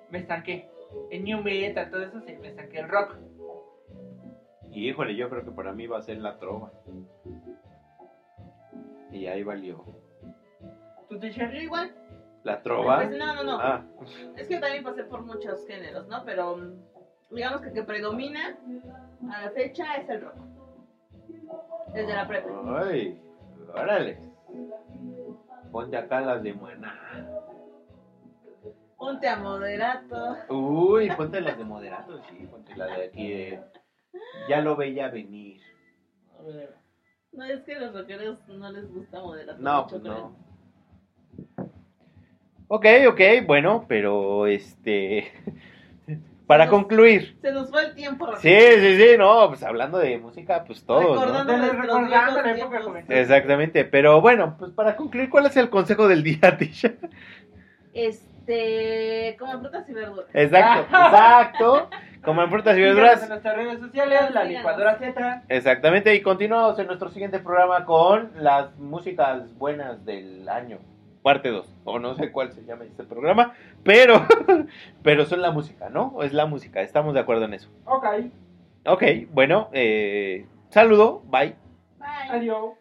Speaker 2: me estanqué. El new metal, todo eso, sí, me estanqué. El rock.
Speaker 1: Híjole, yo creo que para mí va a ser la trova. Y ahí valió.
Speaker 2: ¿Tú te echas?
Speaker 3: Pero igual,
Speaker 1: ¿La trova?
Speaker 3: pues no, no, no.
Speaker 1: Ah,
Speaker 3: Es que también pasé por muchos géneros, ¿no? Pero mm, digamos que que predomina a la fecha es el rock. Desde la prepa.
Speaker 1: Ay, órale. Ponte acá las de Maná.
Speaker 3: Ponte a moderato.
Speaker 1: Uy, ponte las de moderato, sí, ponte la de aquí. de, ya lo veía venir.
Speaker 3: A ver. No, es que a los rockeros no les gusta moderato.
Speaker 1: No,
Speaker 3: mucho,
Speaker 1: pues no.
Speaker 3: creo.
Speaker 1: Ok, ok, bueno, pero este. Para
Speaker 3: Nos-
Speaker 1: concluir.
Speaker 3: Se nos fue el tiempo.
Speaker 1: Sí, sí, sí, no, pues hablando de música, pues todos, ¿no?
Speaker 3: Recordando
Speaker 5: Entonces,
Speaker 3: nuestros
Speaker 5: recordando
Speaker 3: viejos
Speaker 5: la época
Speaker 3: tiempos.
Speaker 5: comercial.
Speaker 1: Exactamente, pero bueno, pues para concluir, ¿cuál es el consejo del día, Tisha?
Speaker 3: Este, como frutas y verduras.
Speaker 1: Exacto, exacto. Coman frutas y
Speaker 5: Síganos En
Speaker 1: verduras.
Speaker 5: nuestras redes sociales, la
Speaker 3: Síganos.
Speaker 5: licuadora Z.
Speaker 1: Exactamente, y continuamos en nuestro siguiente programa con las músicas buenas del año, parte 2, o no sé cuál se llama este programa, pero, pero son la música, ¿no? Es la música, estamos de acuerdo en eso.
Speaker 5: Ok,
Speaker 1: Ok, bueno, eh, saludo, bye.
Speaker 3: Bye.
Speaker 5: adiós.